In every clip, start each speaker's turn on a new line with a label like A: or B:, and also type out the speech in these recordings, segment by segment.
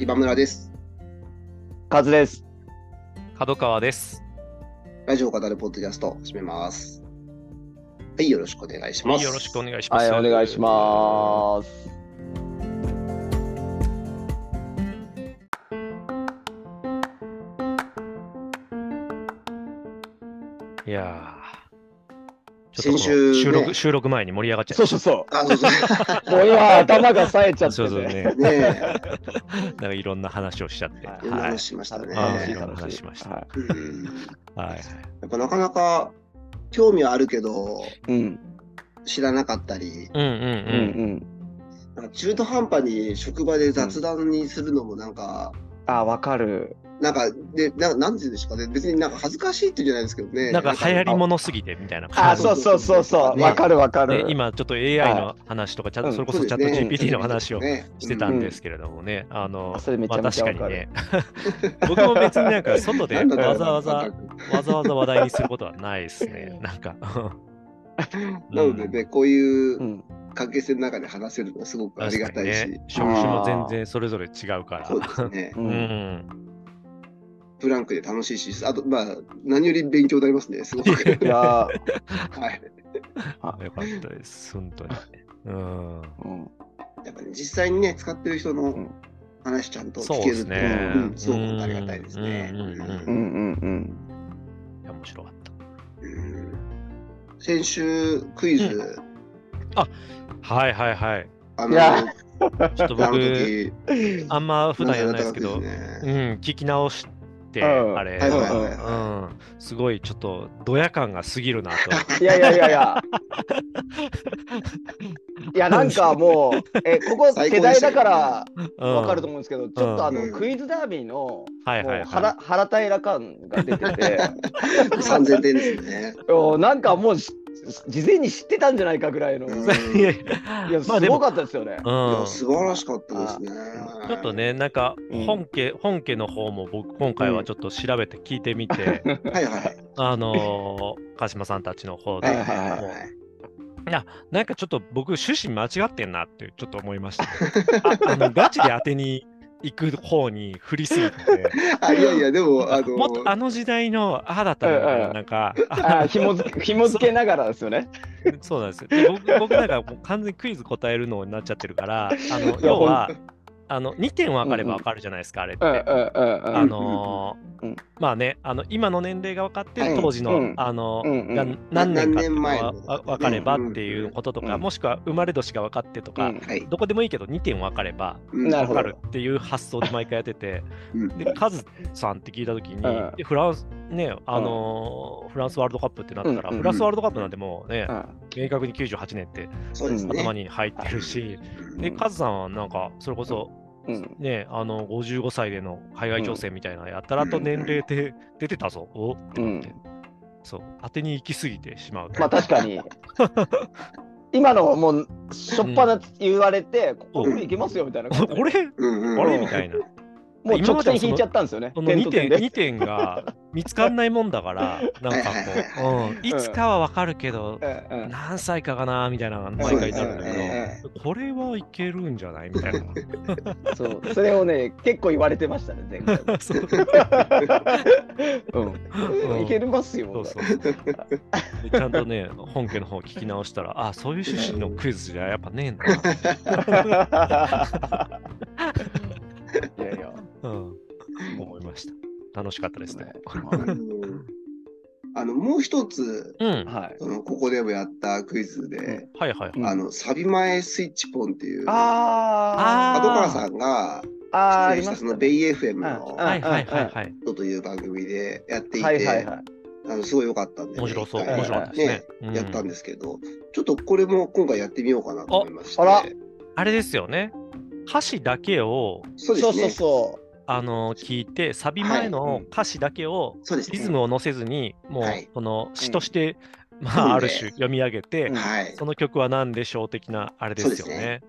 A: 今村です。
B: カズです。
C: 角川です。
A: ラジオ語るポッドキャスト始めます。はい、よろしくお願いし
C: は
A: ま
C: い、
A: す。
C: よろしくお願いしま
B: はい、
C: す。
B: お願いします。
C: す。いやー
A: 先週ね
C: ちょっともう収録、収録前に盛り上がっちゃい
B: そ
C: ま
B: う
C: し
B: そうそ
A: あ、そうそう。
B: う。もう 今頭が冴えちゃ
C: た。
B: って
C: そうそ
B: て。
C: うね。
A: ね え、
C: なんかいろんな話をしちゃって。
B: はい
A: いろんな
C: はい
A: 話。しましたね。
C: 楽しい
A: や
C: 楽しい話しました
B: は
A: うん
C: は
A: や
C: い。
A: っぱなかなか興味はあるけど、
B: い。うん
A: 知らなかったり、
C: うんうん
B: うんう
C: うん。
B: ん。
A: なんか中途半端に職場で雑談にするのもなんか、
B: あ、わかる。
A: なんか、で、ななんていうんですかね、別になんか恥ずかしいっていうんじゃないですけどね。
C: なんか流行り物すぎてみたいな
B: あ、
C: 感じ
B: そうそうそうそう。
A: ね
B: わかるわか
C: で
B: る。
C: 今ちょっと AI の話とか、ちゃん
B: う
C: と
B: ん
C: それこ
A: そ
C: そうチ
A: で
C: ャ
A: す
C: ット
A: ね
C: GPT の話を
A: ね
C: してたんですけれどもね、あの
B: あそれめちゃめちゃ
C: まあ
B: わ
C: 確
B: か
C: かに
B: る
C: ね、 僕も別になんか外
A: な
C: で
A: んだろう
C: わざわざ、
A: な
C: わ
A: んか
C: ざわざ話題にすることはないですね、なんか。
A: なのでね、こういう
B: うん。
A: 関係性の中で話せるのはすごくありがたいし
C: 確かに、ね、職種も全然それぞれ違うから。
A: そうですね。
B: う。
C: うんん、
A: ブランクで楽しいし、あと、まあ、何より勉強になりますね、すごく。はい
B: や
A: い。
C: よかったです、本当に。うん、
B: ー、うん。
A: やっぱり実際にね、使ってる人の話ちゃんと
C: そ
A: 聞
C: う
A: け
C: で
A: るっ
C: す
A: ていう
C: ね
A: のは、うん、すごくありがたいですね。
C: うんうんう
B: う
C: ん
A: うん
B: んうん
C: いや面白かっ
A: うん先週、クイズ、
C: た。はいはいはい。
A: あ
B: いや
A: の、
C: ちょっと
A: あの
C: 僕、
A: 時、
B: うん。
C: あんま普段やらないですけど、
A: なんかやったか
C: う
A: っ
C: ん、聞き直して、
B: うん
C: あれ、
A: はいはい
B: はい
C: うん、すごいちょっとドヤ感が過ぎるなと。
B: いやいやいやい や。いや、なんかもう、え、ここ
A: 最高
B: 世
A: で
B: 代
A: した
B: だ
A: よ
B: から
C: うん
B: わかると思うんですけど、ちょっとあ
A: うん
B: の、クイズダービーの、
C: はい
B: も
C: はいうは
B: 腹腹平感が出てて。
A: すね。3000点ですね。
B: おなんかもうし事前に知ってたんじゃないかぐらい の、
A: うん
B: い
C: い。いやい
B: や
C: や
B: す
C: まあで
B: ご
C: も、
B: かったです よね。
A: い
C: うん
A: や、素晴らしかったですね。
C: ちょっとね、なんか
B: うん
C: 本家、本家の方も僕、今回はちょっと調べて聞いてみて、
A: はいはい。
C: あのー、鹿島さんたちの方で、
A: はい
B: い
A: はいはい
C: もう
A: はい。
C: なんかちょっと僕、趣旨間違ってんなってちょっと思いました、ああのガチで当てに行く方に振りすぎて、
A: あいやいや、でも、あ
C: もっと
A: の、
C: あの時代のああだったのか
B: うんう
C: な、
B: ん
C: なんか、
B: あ紐付け紐付けながらですよね。
C: そうなんですよ。で僕、僕なんかもう完全にクイズ答えるのになっちゃってるから、あの要は、あの2点分かれば分かるじゃないですか、あれっ
B: うんうん
C: て。
B: うん
C: あのー
B: うんうん
C: まあねあの今の年齢が分かって、
A: はい
C: 当時の、
B: うん
C: あの
B: うんうん
C: が何年かっていうの
A: 何年前
C: は
A: の
C: あ分かれば
A: うんうん
C: っていうこととか、
B: うん
C: もしくは生まれ年が分かってとか、
B: うん
A: はい。
C: どこでもいいけど2点分かれば
A: うん
B: なる
C: 分
B: ほ
C: か
B: ど
C: るっていう発想で毎回やってて、
A: うん
C: でカズさんって聞いた時に、
B: うん
C: でフランスねあのーフランスワールドカップってなったら、
B: うんうん
C: フランスワールドカップなんてもうね、
B: うん
C: 明確に98年って
A: そうですね。
C: 頭に入ってるし、
A: うん
C: でカズさんはなんかそれこそ
B: うん
C: ねあの55歳での海外挑戦みたいなのやったらと年齢で出てたぞ、おってなって、
B: うん
C: そう当てに行き過ぎてしまうと
B: まあ確かに今のはもうしょっぱな言われて、ここ
A: うん
B: いけますよみたいな感じで
C: これ
A: うんうんうん
C: あれみたいな
B: もう
C: 今
B: 直
C: までは
B: 線引いちゃったんですよね。
C: この
B: 点
C: 2
B: と
C: 点
B: 点で
C: 二点が見つかんないもんだからなんかこう、うん、いつかはわかるけど
B: うんうん
C: 何歳かかなみたいなのが
B: そう
C: 毎
B: で
C: 回
B: す
C: なるんだけ
A: ね
C: どこれはいけるんじゃないみたいな
B: そうそれをね結構言われてましたね前回 も
C: そう
B: うん、いけますよ、
C: そうそうそうでちゃんとね本家の方聞き直したらあそういう趣旨のクイズじゃやっぱねえんだな、
B: いやいや。
C: うん、思いました楽しかったですね
A: うん あのもう一つ
C: うん
B: はい。
A: そのここでもやったクイズで、
C: はいはいはい。
B: うん
A: あのサビ前スイッチポンっていう角
B: あー
A: 川さんが
B: あーあ
A: 出演
B: り
A: し
B: ま
A: た
B: し
A: その
B: た
A: ベ
B: ね。
A: イ FM の
B: うん
A: 「
C: はいはいはいはい。
A: 人という番組でやっていて、
B: はいはいはい。
A: あのすごい良かったんで、
C: 面白そう。
A: 一回
C: 面白かったですね。うん
A: やったんですけど、ちょっとこれも今回やってみようかなと思いまして
B: ああら
C: あれですよね。歌詞だけを
A: そうです
B: そ
A: ね
B: うそうそ
C: あの聞いて、サビ前
A: はい
C: の
A: うん
C: 歌詞だけを
A: そうですね
C: リズムを乗せずに、もう
A: はい
C: この詩として、まああ
A: そうで
C: る
A: すね
C: 種読み上げて、
B: うん
A: はい
C: その曲は何でしょう的なあれですよね。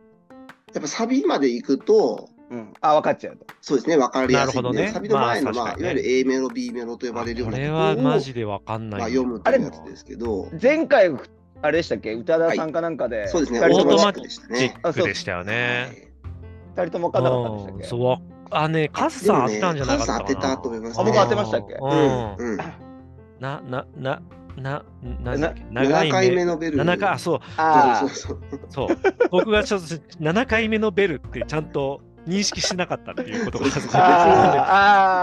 A: やっぱサビまで行くと
B: う。うん、あ、分かっちゃうと。
A: そうですね、分かりやすいん
C: なるほ
A: で、
C: どね
A: サビの前の、
C: ま
A: まあ
C: あ
A: い
C: 確かに
A: わ
C: ね
A: ゆる A メロ、B メロと呼ばれるよう
C: こ
A: な
C: れ
A: とこ
C: は
A: ろを
C: マジでわかんない。
A: まあ、読むと
B: あ
A: い
B: れ
A: うやつですけど、
B: 前回、あれでしたっけ宇多田さんかなんかで、
A: そうですね、
B: 二
A: オ
B: 人
A: ー
B: とも
A: ト
C: オー
A: マ
C: ト
A: ック
C: マ
A: でした
C: チ
A: ね。
C: ックでしたよね。
B: 二人とも分かんなかったんでしたっ
C: うん
B: け
C: そうわあ、ね、カズさん当てたんじゃなか
A: でもねカズ
C: ったかな。
A: さん当てたと思います
B: ねあ僕当てましたっけ
C: うん。
A: うん、
C: な、な、な、な、な、な
B: な、
A: 7回目
C: の。
A: のベル
C: 7回、あ、そう、
B: あ
A: そう
B: あ、
A: そうそう
C: そう。 僕がちょっと7回目のベルってちゃんと認識してなかったっていうことが
A: そうそうそう
C: な、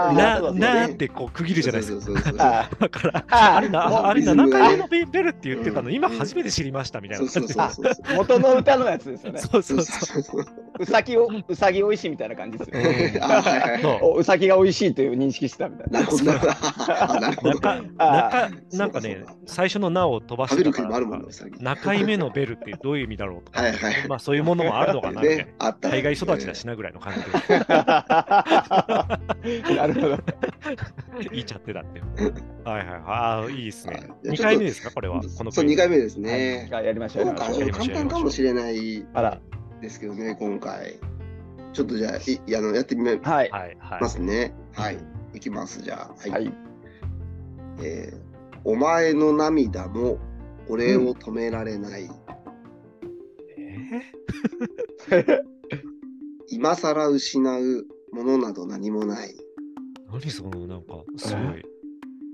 B: ああ、
A: な
B: そうそう
C: なってこう区切るじゃないですか。
A: そうそうそうそう
B: あ
C: だから、
B: あ
C: あれ
A: もう
C: な、あれ
A: リズム
C: 7
A: が
C: 回目のベベルって言ってたの、
A: うん
C: 今初めて知りましたみたい
A: そ
C: な
A: う。そうそうそう
B: あ元の歌のやつですよね。
C: そう
A: そ
C: そう うそう。
A: そうそう
B: うさぎを、うさぎおいしいみたいな感じですよね。
C: うん
A: あはいはい
C: そう
B: おうさぎが美味しいという認識してたみたい
A: な
B: な。
A: るほどなあなるほど
C: 中、
B: あ
C: 中、なんか
A: そ
C: ね
A: うかそう、か
C: 最初のなを飛ばし
A: 食べ
C: て
A: る
C: たか
A: 国もあ
C: ら
A: るもんね、うさぎ。
C: 中回目のベルってどういう意味だろうとか、
A: はいはい。
C: まあそういうものもあるのかなみたいな
A: ね、あったね
C: 海外育ちだしなぐらいの感じで。
B: なるほど。
C: 言っちゃってたって。はいはいはい。ああ、いいですね
A: はい。
C: 2回目ですか、これは。この
A: そう、2回目
C: で
A: ですね。
B: はいやりましょう。や
A: 今
B: りまし
A: 回
B: ょう
A: は簡単かもしれない
B: あら、
A: ですけどね、今回。ちょっとじゃあ、いいやあのやってみ
B: はい。
C: はいはい
A: ま。すね。は
C: う
A: い。いきます、じゃあ。はい。
B: はい。
A: えーお前の涙も俺を止められない。
C: え
A: 今更失うものなど何もない。
C: ー何その、なんか、すご
B: う
C: い、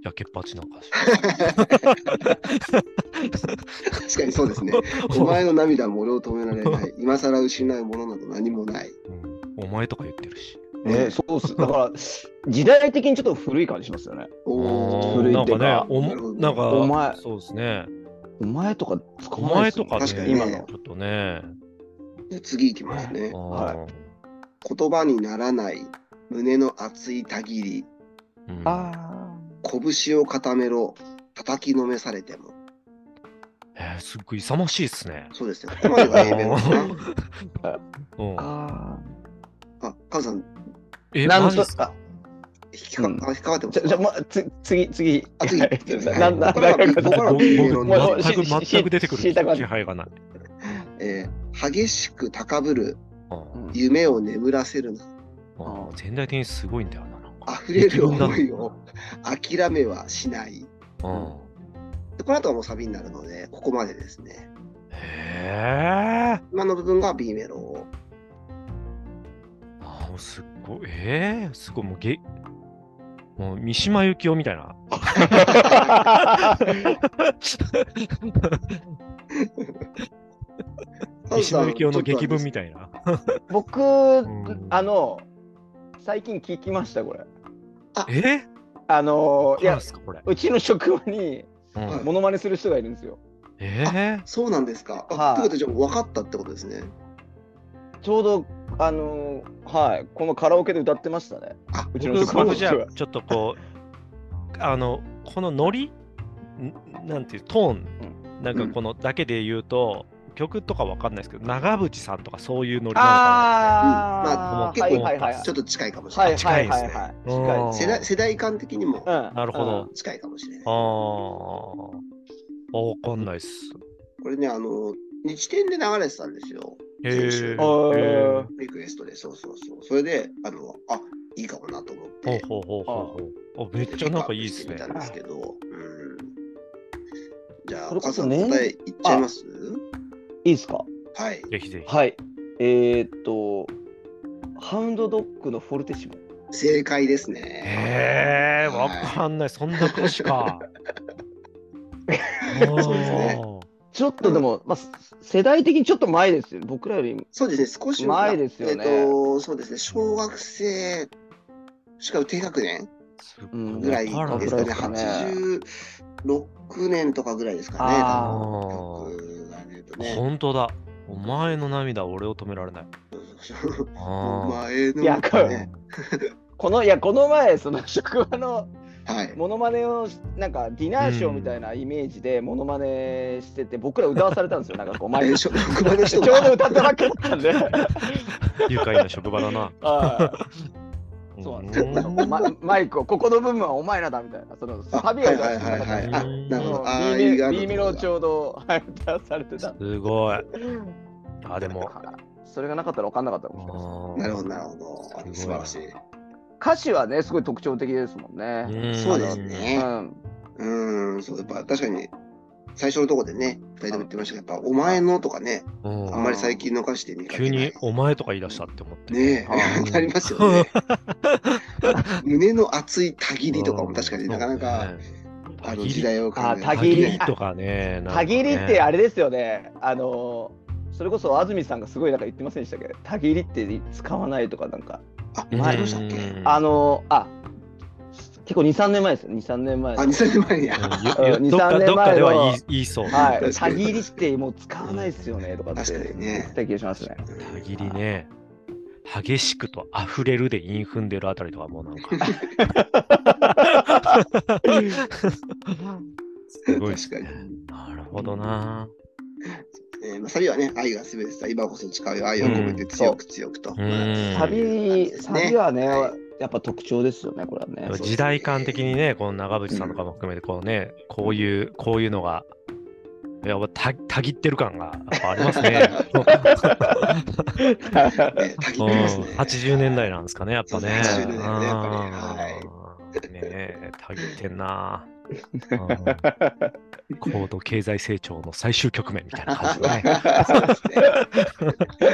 C: やけっぱちな んかし。
A: 確かにそうですね。お前の涙も俺を止められない。今更失うものなど何もない。
C: うんお前とか言ってるし。
B: ね、そうっす。 だから、時代的にちょっと古い感じしますよね。
A: お
B: 古い
C: なん
B: って
C: か
B: いう
A: な
B: か、
C: ねお
A: るほど
C: もなんか、
B: お前
C: そうですね。
B: お前とか使
C: お
B: わない
C: 前
B: っすよ
C: と
B: ね
C: かね、
A: 確かに
B: 今の
C: ちょっとね。
A: じゃあ次いきますね
C: あー。
B: は
A: 言葉にならない胸の熱いたぎり
C: うん
B: あ
A: 拳を固めろ叩きのめされても
C: えーすっごい勇ましいですね。
A: そうですねここまでが A 面です ね
C: うん
B: あ。あ
A: あカズさん
C: え、
B: あ。なん
C: マジ
B: と
C: っすか
B: か。
A: 引っか,、
B: うん
A: あ引っかかってます
B: じゃ、じゃ、ま、つ、次、次。
A: あ次
B: はい な、な、
A: これは
B: な、なんか
A: 僕は
C: 僕僕
A: も
B: う
C: 全く
B: しし
C: 全く出てくる
B: し
C: 気
B: いたくなる
C: 配がない。
A: えー激しく高ぶる
C: あー
B: うん
A: 夢を眠らせるな
C: あー全体的にすごいんだよな。なんか
A: 溢れる思いを諦めはしない
C: うん
A: でこの後はもうサビになるのでここまでですね
C: へえ。
A: 今の部分が B メロ
C: あーすっごい。えー、すごい。もうげ、もう三島由紀夫みたい な。
A: カ
C: 三
A: ズさ
C: 島
A: ん
C: 由紀夫の劇文み
A: ち
C: たいな。
B: 僕、
C: ん
B: あの、最近聞きました、これ。
C: え
B: あのー、
C: ー、
B: い
C: いや、
B: や
C: で、すかこれ。
B: うちの職場に、
C: うん
A: はい
B: モノマネする人がいるんですよ。
C: えー
A: ょっとあるんですそうなんですかあ、
B: は
A: ということ
B: い
A: でじゃあ分かったってことですね
B: ちょうど、あのー、はい、このカラオケで歌ってましたね。
A: あ
B: うちの
C: 僕
B: 職場
C: 僕
B: の
C: じ
B: 人
C: ゃ
B: が。
C: あちょっとこうあのこのノリんなんていうトーンなんかこのだけで言うと、曲とかわかんないですけど長渕さんとかそういうノリなのか
B: あー、
A: うんまあ
B: は
A: 結
B: い
A: 構
B: はいはいはい
A: ちょっと近いかもしれ
B: は
A: ないい
B: はいはい
C: 近いです
B: はい。
C: な
B: 近い
C: うん
A: 世代世代間的にも
B: うん
C: なるほど
A: 近いかもしれない。
C: あーあわかんないっす
A: これね、あの、日天で流れてたんですよ。
C: へえ
B: あー
C: へー
A: リクエストで、そうそうそう。それで、あの、あいいかもなと思っ
C: ほう
A: て。
C: ほうほうほうほうあめっちゃなんかいいっすね
A: ピックアップしてみたんですけど、うん。じゃ
B: そ
A: あ、
B: れこ
A: カズ
B: そ
A: さん、
B: ね
A: 答えいっちゃいます
B: いいですか
A: はい。
C: ぜひぜひ
B: はい。えー、っと、ハウンドドッグのフォルテッシモ。
A: 正解ですね。
C: へえわかんないそんな歌詞か
A: そうですね
C: あー
B: ちょっとでも、まあ、す世代的にちょっと前ですよ。僕らよりも。
A: そうですね、少し
B: 前ですよね
A: えっと、そうですね、小学生しかも低学年
C: すっ
B: う
C: ご
B: ん
A: ぐらいで
C: わかんな
A: すかね、
B: わからない
A: 86年とかぐらいですかね、
B: あ
C: ー
A: 多分曲がねとね。
C: 本当だ。お前の涙は俺を止められない。あ
A: お
C: ー
A: 前の、
B: いやこれ
A: ね、
B: この、いや、この前、その 職場の
A: はい。
B: モノマネをし、なんか、ディナーショーみたいなイメージでモノマネしてて、僕ら歌わされたんですよ。なんかこう、
A: あ
B: 前
A: れ、
B: に。
A: しょ職場の
B: ちょ
A: 人
B: うど
A: が。
B: 歌ったばっかだったんで。
C: 愉快な職場 だな。
B: はいそうなんですよ。なんかまマイクを、ここの部分はお前らだみたいな、そのサビを
A: はい
B: 出して
A: はい
B: な
A: は
B: か
A: い
B: った
A: はい。
B: んで
A: あ、なるほど。あ
B: そ
A: あ、
B: う
A: いい
B: B
A: が
B: メ
A: あ
B: B メロをち
A: る
B: ょうどはい出されてた
C: う。んすごい。あ、でも。
B: それがなかったら分かんなかったかもしれないです
A: なる
C: な
A: ほど、なるほど。あ
C: すごい
A: 素晴らしい。
B: 歌詞はねすごい特徴的ですもんね、
A: そうですね
B: う。ん
A: うーん、そう、やっぱ確かに、最初のとこでね、2人とも言ってましたけど、やっぱ、お前のとかね、
C: うん
A: あんまり最近の歌詞で見かけ
C: 急
A: ない。
C: にお前とか言い出したって思って。
A: ね
B: あ
A: え、なりますよ ね。胸の熱いたぎりとかも確かになかなか、あの時
C: 代
A: 代を考え
B: あた
C: 限
B: ぎり
C: りとかね。なんか
B: た
C: ね
B: ぎりってあれですよね。あのそれこそ安住さんがすごいなんか言ってませんでしたっけど、たぎりって使わないとかなんか、
A: あ、
C: うん
A: 前でしたっけ
B: あのあ結構2、3年前ですよ、2、3年前。
A: あ、2、3年前に。あ
C: うん よよ
B: うん
C: どっか
B: 23
C: どっかでは言
B: 年前
C: い言いそう。
B: は
A: 確
B: い、
A: か
B: た
A: に
B: ぎりってもう使わないですよねとかって
A: 確かにね
B: 言ってた気がしますね。
C: たぎりね。激しくと溢れるで韻踏んでるあたりとかもうなん か。すごいです
A: 確か
C: ね
A: に。
C: なるほどな。
A: えーまあ、サビはね、愛がすべてさ、今こそ誓うよ、愛を込めて強く強くと。
C: うん
B: サビ、サビ
A: は。
B: はね、
A: は
B: やっぱ特徴ですよね、これはね
A: そう。
C: 時代感的にね、この長渕さんとかも含めて、こうね、こういう、こういうのが、やっぱたたぎってる感がやっぱあります ね。
A: ね、たぎ
C: う
A: っ
C: ん
A: てますね。
C: 80年代なんですかね、やっぱね。
A: そうですね80年代ねやっぱ
C: うんねえ、たぎって んな。うん高度経済成長の最終局面みたいな感じでね。
A: そうです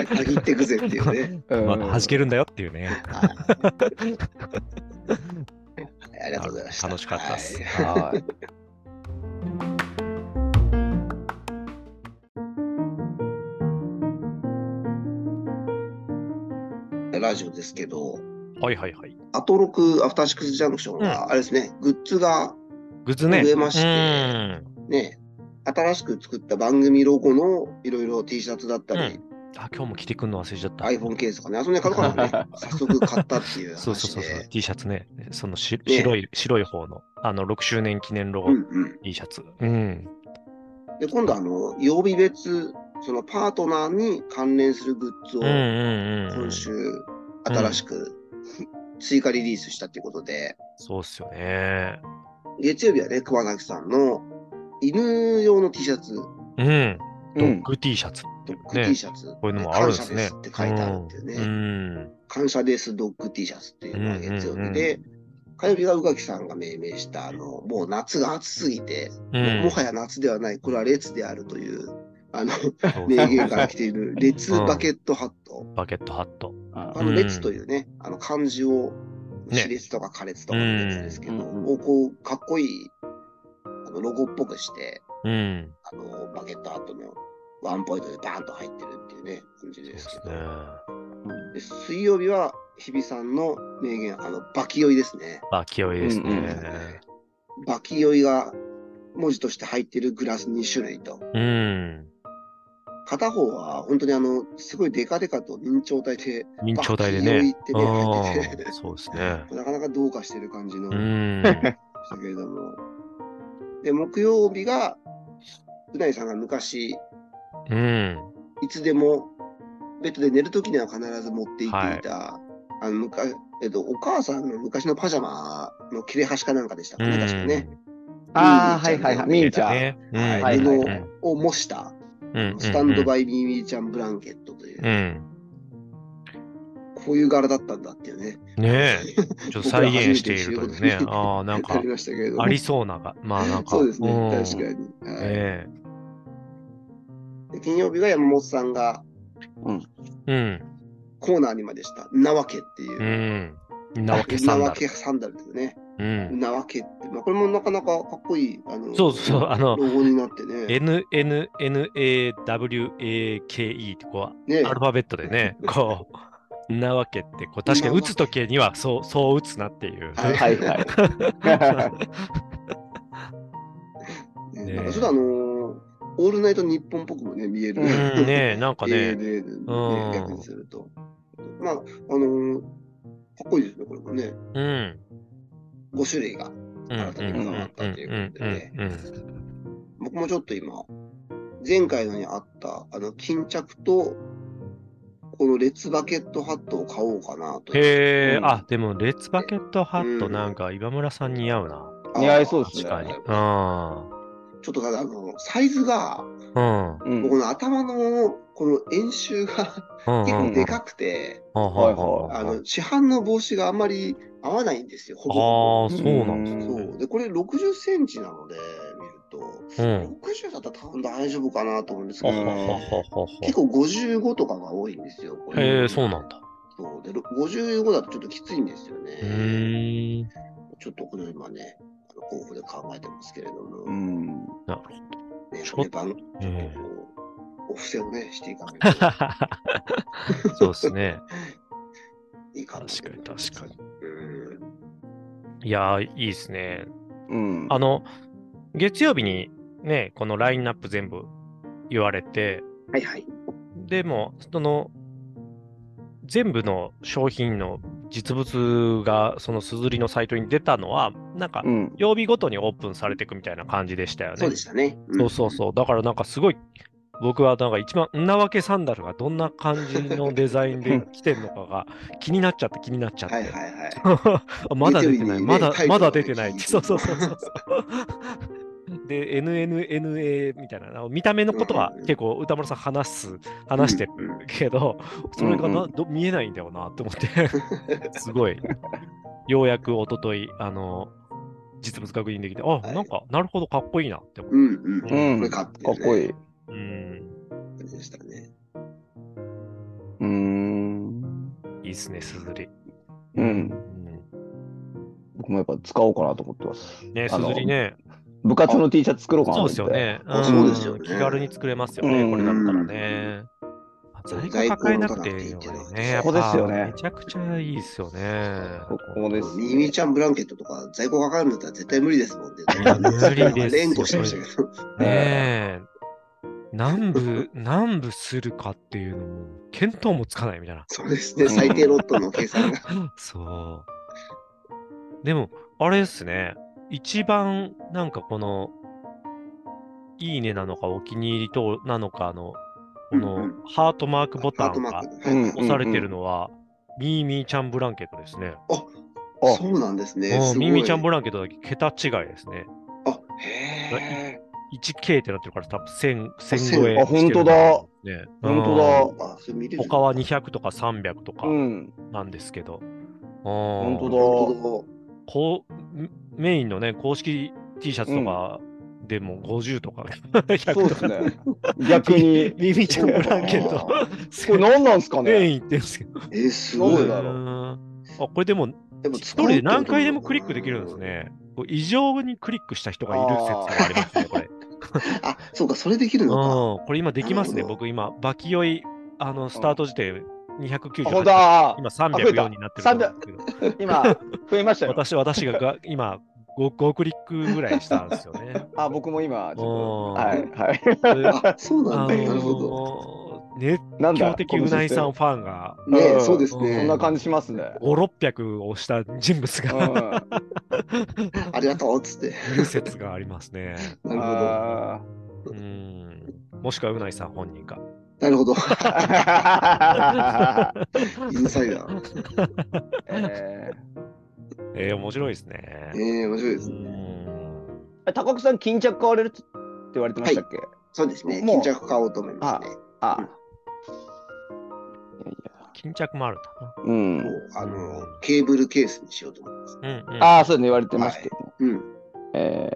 A: ね。たぎってくぜっていうね。
B: うん
C: まあ、弾けるんだよっていうね。
A: はいありがとうございました。
C: 楽しかったです。
A: はい
B: はい
A: ラジオですけど、
C: はいはいはい。
A: アトロク、アフターシックスジャンクションは、あれですね、グッズが
C: グッズね。
A: 増えまして
C: うん
A: ね、新しく作った番組ロゴのいろいろ T シャツだったり、
C: あ、今日も着てくんの忘れちゃった。
A: iPhone ケースとかね、あそんな買うから ね、早速買ったっていう話で。
C: そうそうそうそう。T シャツね。そのし
A: ね
C: 白い、白い方の、あの、6周年記念ロゴ
A: うんうん。
C: T シャツ。うん。
A: で、今度、あの、曜日別、そのパートナーに関連するグッズを、
C: うんうんうんうん。
A: 今週、新しく、追加リリースしたっていうことで、
C: そうっすよね。
A: 月曜日はね、桑崎さんの犬用の T シャツ、
C: うん。ド
B: う
C: ッ
B: ん
C: グ T シャツ。
A: ドッグ
C: ね
A: T シャツ、
C: こういうのもあるんですね。
A: 感謝ですって書いてあるっていうね、
C: うん。
A: 感謝ですドッグ T シャツっていうのが月曜日で、火曜日が宇垣さんが命名した、あの、もう夏が暑すぎて、
C: うんうん
A: もはや夏ではない、これは列であるという、あ の、
C: そう
A: 名言から来ている、列バケットハット。
C: バケットハット。
A: あ
C: う
A: の、
C: ん
A: 列というね、あの、漢字を、
C: ね
A: 熾列とか苛列とかの列ですけど、
B: うん
A: をこう、かっこいい、あの、ロゴっぽくして、
C: うん。
A: あの、バケットハットのワンポイントでバーンと入ってるっていうね、感じ
C: そう
A: で
C: ですす
A: け
C: ね
A: ど。。で水曜日は、日比さんの名言、あの、バキ酔いですね。
C: バキ酔いです
B: うん
C: ね。
A: バキ酔いが文字として入ってるグラス2種類と。
C: うん。
A: 片方は本当にあの、すごいデカデカと明朝体で、
C: 明朝体で
A: バキ酔い
C: ね
A: っ。て
C: う
A: ね入ってて
C: んそうですね。
A: なかなかどうかしてる感じの、
C: う
A: で
C: ん。
A: したけれども。で、木曜日が、うなぎさんが昔、
C: うん。
A: いつでもベッドで寝るときには必ず持って行っていた、あの、むかえっと、お母さんの昔のパジャマの切れ端かなんかでしたかね、確かね。
B: あーはいはいはい、みーちゃん。
C: ねうん。
A: はい
B: はい
A: 布
B: はい
A: を模した、
C: うん
A: スタンド
C: イ。
A: バイミーミーちゃんブランケットという、
C: うん。
A: こういう柄だったんだっていうね。
C: ねえ。ちょっと再現しているというね。
A: 僕ら初めて知ることに
C: ああ、なん
A: な
C: か
A: り、ましたけれども。
C: ありそうなが、まあなんか。
A: そうですね、
C: ん
A: 確
C: ね
A: かに、はい
C: え
A: で金曜日が山本さんが
C: うん。
A: コーナーにまでした、なわけっていうう。
C: ん。なわけさん
A: な
C: だ
A: わ。けサンダルですね。
C: うん。
A: なわけって、まあ、これもなかなかかっこいい、あの、
C: そうそう、あの、
A: ロゴになって ね。
C: N、N、N、A、W、A、K、E ってこう、
A: ね
C: アルファベットでね、こう、んなわけって、こう、確かに打つときには、そう、そう打つなっていう。
A: はい
B: はい は
A: ね
C: ね
A: なんかちょっとあのーオールナイト日本っぽくもね、見える。
C: うん、 ねえ、なんか
A: ANA
C: ね、
A: で、
C: うん
A: ね、逆にすると。まあ、あのーかっこいいですね、これもね。
C: うん。
A: 5種類が。
C: うんうんうんうんうん
A: 僕もちょっと今、前回のにあった、あの、巾着と、このレッツバケットハットを買おうかなと。
C: へえ、
B: うん
C: あ、でも、レッツバケットハット
A: うん
C: なんか岩村さん似合うな。
A: あー
B: 似合いそうです
C: 確
B: ね
C: かに。
A: ちょっとただ、あの、サイズが、
C: うん。うん。
B: い。うん
A: この頭の、この円周が
C: うん
A: 結
C: うん
A: 構
C: うん。
A: でかくて、
C: はい
A: あ
C: はいはい。
A: の、市販の帽子があんまり合わないんですよ、ほ
C: あ
A: ぼ
C: あ
A: ほぼ。
C: ー、そうなんです
B: ー
A: そう。で、これ60センチなので、見ると、
C: うん。
A: 60だったら多分大丈夫かなと思うんですけ
C: は
A: ど、
C: はははは
A: 結構55とかが多いんですよ。これ
C: へえ、そうなんだ。
A: そうで55だとちょっときついんですよ
C: う
A: ね。
C: ーん。
A: ちょっとこれを今ね、あの候補で考えてますけれども、
B: う
A: ね、
B: ん。
C: なるほ
A: や
C: ち
A: っ
C: ょ
A: ぱ
C: っ
A: り番、ち
C: う
A: ょ
C: ん
A: っとこう、お布施をね、していかないと
C: ど。そうですね。
A: いいかも
C: 確かに確かに。
A: うん。
C: いやー、いいですね。
B: うん。
C: あの、月曜日にね、このラインナップ全部言われて、
A: はいはい。
C: でも、その、全部の商品の実物が、そのすずりのサイトに出たのは、なんか
B: う、ん。
C: 曜日ごとにオープンされていくみたいな感じでしたよね。
A: そうでしたね。ん
C: そうそうそう。だからなんかすごい、僕はなんか一番、んなわけサンダルがどんな感じのデザインで来てるのか が気になっちゃって気になっちゃって。
A: はいはいはい。
C: あ まだ出て
A: 月曜
C: ない、
A: 日にね
C: ま
A: タイ
C: だ
A: トルが
C: まだ出てないっ
A: 聞
C: て。
A: いて
C: そうそうそうそう。で、NNNA みたいな、あの見た目のことは
A: うんうん
C: 結構歌丸さん話す、話してるけど、それが
B: うん
C: な
B: うん
C: ど見えないんだよなと 思って、すごい、ようやく一昨日あの、実物確認できて、あ、
A: い
C: なんか、なるほど、かっこいいなって思って
A: うんうん。こ
B: うん。
A: れ買
B: かっ
A: ってね
B: こいい。う
C: うん、
A: でしたね。
B: ーん。
C: いいっすね、すずり。
B: うん。
C: う
B: 僕もやっぱ使おうかなと思ってます。
C: ん、ね、
B: あ
C: す
B: の
C: ずりね、
B: 部活の T シャツ作ろうかなと
C: そう
B: 思っ
C: で
B: て。
C: すよ。ね。
A: あ
C: ん
A: そうですよね
C: 気軽に作れますよね、
B: うん
C: これだったらね。あ在庫抱えなくていいのがね。
A: 在
B: 庫持たなくていいっていうのは
C: やっぱめちゃくちゃいいですよね。
B: 僕もです。
A: ミミちゃんブランケットとか在庫がかかるんだったら絶対無理ですも んね。
C: 無理ですよ
A: 連呼してましたけど。
C: ねえ。南部、南部するかっていうのも、見当もつかないみたいな。
A: そうですね。最低ロットの計算が。
C: そう。でも、あれですね。一番、なんかこの、いいねなのか、お気に入りとなのかの、こ
A: うんう
C: の、ハートマークボタ
A: ハート
C: ン
A: マ
C: が
A: ーク
B: うん
C: 押されてる
B: の。
C: のは、ミーミーちゃんブランケットですね。
B: うんあ
A: そうなんですね。
C: うん
A: すごい
C: ミーミーちゃんブランケットだけ桁違いですね。
A: あ、へえ。
C: 1K ってなってるから、多分1000、
A: あ
C: 1000超え。
B: あ本当だ。
C: ね、
B: 本当
C: うん
B: だ
A: あ、それ見れる。
C: 他は200とか300とか
B: うん。
C: なんですけど。
B: 本
C: 本
B: 当だ。
A: 本
C: こうメメインのね、公式 T シャツとかでも50とか、100
B: そうで
C: と
B: す
C: か、
B: ね。逆 に。
C: ミミちゃんブランケッ
A: そう
C: ト
A: か、
B: これ何なんですか
C: メ
B: ね
C: イン言ってるんですけど。
A: 当だ。えー、すご
B: なん
A: い
B: で。だろう
C: あ、これでも、
A: でも
C: 一人で何回でもクリックできるんです。ね。こう異常にクリックした人がいる説もありますね、こ れ。
A: あ、そうか、それできるの
C: うん、これ今できますね、
A: なるほ
C: 僕今、バキ酔い、あの、スタート時点298
B: あ、ほんとだ。あ
C: 今
B: 増えた
C: 304になってると思うんですけど。
B: 今、増えましたよ。
C: 私、私がが今5、5クリックぐらいしたんです よね。
B: あ、僕も今、ちょっと。
C: うん
B: はい。はい。
A: か。あ、そうなん
C: あ
A: だ。
C: のー
A: なるほど。
C: 熱
B: なんだ
C: 狂的うないさんファンが
A: ね
B: うん
A: そうです
C: う
B: こ
A: ね。
B: んな感じし ますね。
C: 5、600をした人物
B: う
C: が
B: ん。
A: ありがとうっつって。
C: いる説がありますね。
A: なるほど。
B: あ
C: うん。もしくはうないさん本 人か。
A: なるほど。
B: ー
A: インサイダー。
B: え
C: えー、面白いですね。
A: ええ、面白いで
C: う
A: すね。
C: ん。
B: ー高久さん、巾着買われるって言われてましたっけ、
A: そうですね。
B: もう
A: 巾着買おうと思いますね。
B: あ
C: 巾着もあるんだな。
B: う
A: も
B: ん。
A: う、あの、ケーブルケースにしようと思います。
C: うん、うん。
B: ああ、そうですね、言われてましたよね。
A: うん。
B: え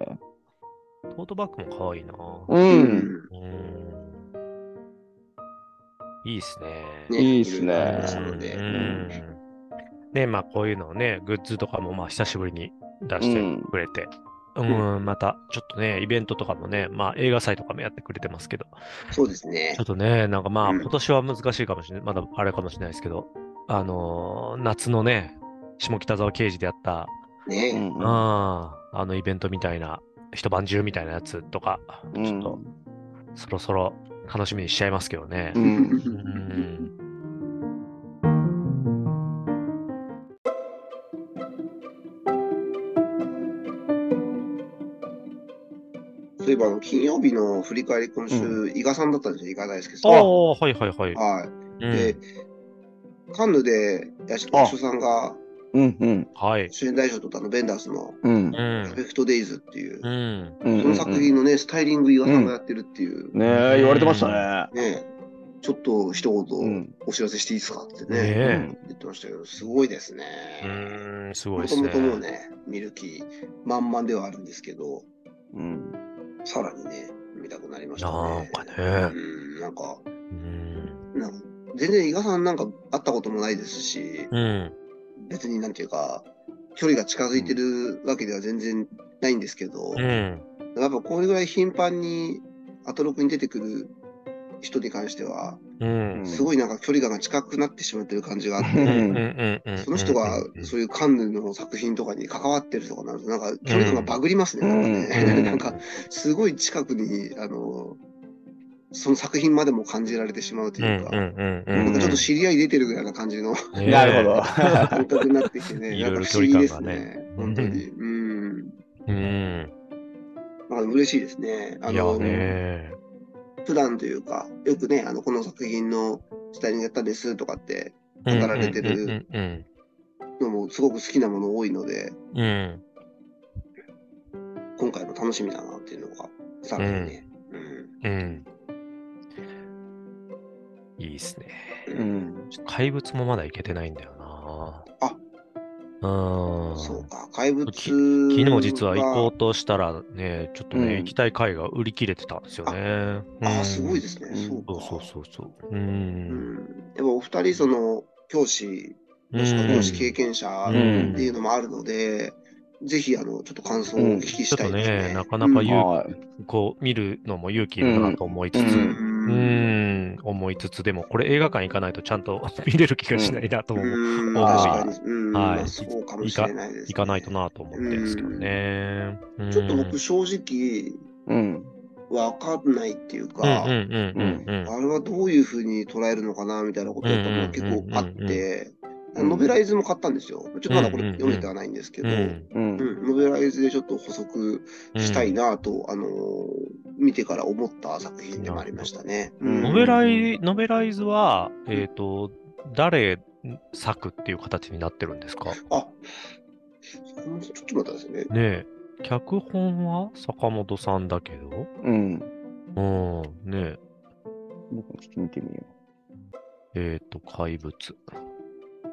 C: トートバッグも可愛いな。
B: ーう。。
A: うん
C: うん。いいですね。
A: ね
B: いいっすね
A: ろろあり
C: う
A: ま
C: ん
A: したので
C: う
A: うん
C: んねまあこういうのをね、グッズとかもまあ久しぶりに出してくれて、うん、またちょっとね、イベントとかもね、まあ映画祭とかもやってくれてますけど、
A: そうですね
C: ちょっ。とね、なんかまあ
A: うん
C: 今年は難しいかもしれない、まだあれかもしれないですけど、あのー夏のね、下北沢刑事でやった、
B: う
A: ね。
B: ん
C: うん、あのイベントみたいな、一晩中みたいなやつとか、
B: うん
C: ちょっとそろそろ楽しみにしちゃいますけどね。
B: うん
C: うん
A: そういえば、あの金曜日の振り返り、今
C: う
A: 週、伊賀さんだったんですよ、伊賀大輔さ
C: あ
A: ん。は
C: あ、はいはいはい。う
A: い。
C: ん
A: で、カンヌで、八代
B: あ
A: 八代さんが
B: うんうん
C: はい。
A: 主演大賞を取ったあの、ベンダースの、
B: うん
C: う
A: パーフ
C: ん。
A: ェクトデイズっていう
C: う、ん。
B: うん
A: その作品のね、スタイリング、伊賀さんがやってるっていう、ね
B: ねえ言われてましたね。
A: ちょっと一
B: う
A: 言
B: ん
A: お知らせしていいですかって
C: ね
A: ね、
C: え
A: 言ってましたけど、すごいです
C: う
A: ね。
C: ーん、すごい
A: も
C: で
A: と
C: す
A: も
C: ね
A: と。もうね、見る気満々ではあるんですけど、
B: うん
A: さらにね、見たくなりました
C: なん
A: ね。
C: か
A: う
C: ね。
A: ん、なんか、
C: うん。
A: なんか全然伊賀さんなんか会ったこともないですし、
C: うん。
A: 別になんていうか、距離が近づいてるわけでは全然ないんですけど、
C: うん。
A: やっぱこれぐらい頻繁にアトロクに出てくる人に関しては、
C: うん。
A: すごいなんか距離感が近くなってしまってる感じがあって、
B: う
C: うんんうんうん。
A: その人が
C: うん
A: そういうカンヌの作品とかに関わってるとかなると、なんか距離感がバグりますね。
B: う
A: なん
B: ん
A: かね
C: うん
A: なんかすごい近くに、あの、その作品までも感じられてしまうと
C: うん
A: いうか、
C: うん
B: う
C: う
B: ん
C: ん
A: な
C: うんん。
A: かちょっと知り合い出てるぐらいな感じの
C: ねえ
B: なるほど。
A: 感覚になってきて ね、
C: い
A: な
C: ろ
A: んか
C: いろ
A: 不
C: 距
A: 思議
C: 離
A: で
C: 感
A: す
C: が
A: ね
C: ね。
A: 本当に。うん。
C: うん。
A: なんか嬉しいですね。あ
C: いや
A: の、
C: ね。
A: 普段というか、よくね、あの、この作品のスタイリングやったですとかって、
C: うん
A: 語られてる
C: うんうん
A: のもすごく好きなもの多いので、
C: うんうん。
A: 今回も楽しみだなっていうのが、さらにね。うん。
C: うん。いいっすね。
B: うん。
C: ちょっと怪物もまだいけてないんだよな。
A: あ
C: うん。
A: そうか、怪物
C: き昨日実は行こうとしたらね、ちょっとね、
B: うん
C: 行きたい回が売り切れてたんですよね。う
A: あ
C: ん
A: あ、すごいですね。
B: うん
A: そうか。
C: そうそうそうそう。う。
A: うんん。やっぱお二人、その、教師、もしくは教師経験者
B: ん
A: っていうのもあるので、ぜひ、あの、ちょっと感想をお聞きしたいです
C: うんちょっと
A: ね。
C: ねなかなか言う
B: はい。
C: こう見るのも勇気いるなと思いつつ、
B: う
C: うんん、
A: うん
C: 思いつつ、でもこれ映画館行かないとちゃんと 見れる気がしないなと思う。
A: うん、
C: 思う
A: 確かに。うん、
C: はい
A: まあそうかもしれないです、ね。
C: 行かないとなと思ってるんですけどね。うん
A: ちょっと僕、正直、
B: うん。
A: わかんないっていう
C: うん
A: か、
C: うんうんうんうん。
A: あれはどういうふうに捉えるのかなみたいなことやっぱもう結構あって、ノベライズも買ったんですよ。ちょっとまだこれ読めてはないんですけど、うん
B: うん。
A: ノベライズでちょっと補足したいなと、あのー見てから思った作品でもありましたね。
B: なるほど
C: ノベライノベライズは、えっ、と、誰作っていう形になってるんですか
A: あちょっと待ってくださいね。
C: ねえ、脚本は坂本さんだけど、
B: うん。
C: うん、ね
B: 僕もちょっと見てみよ
C: え、えっ、と、怪物。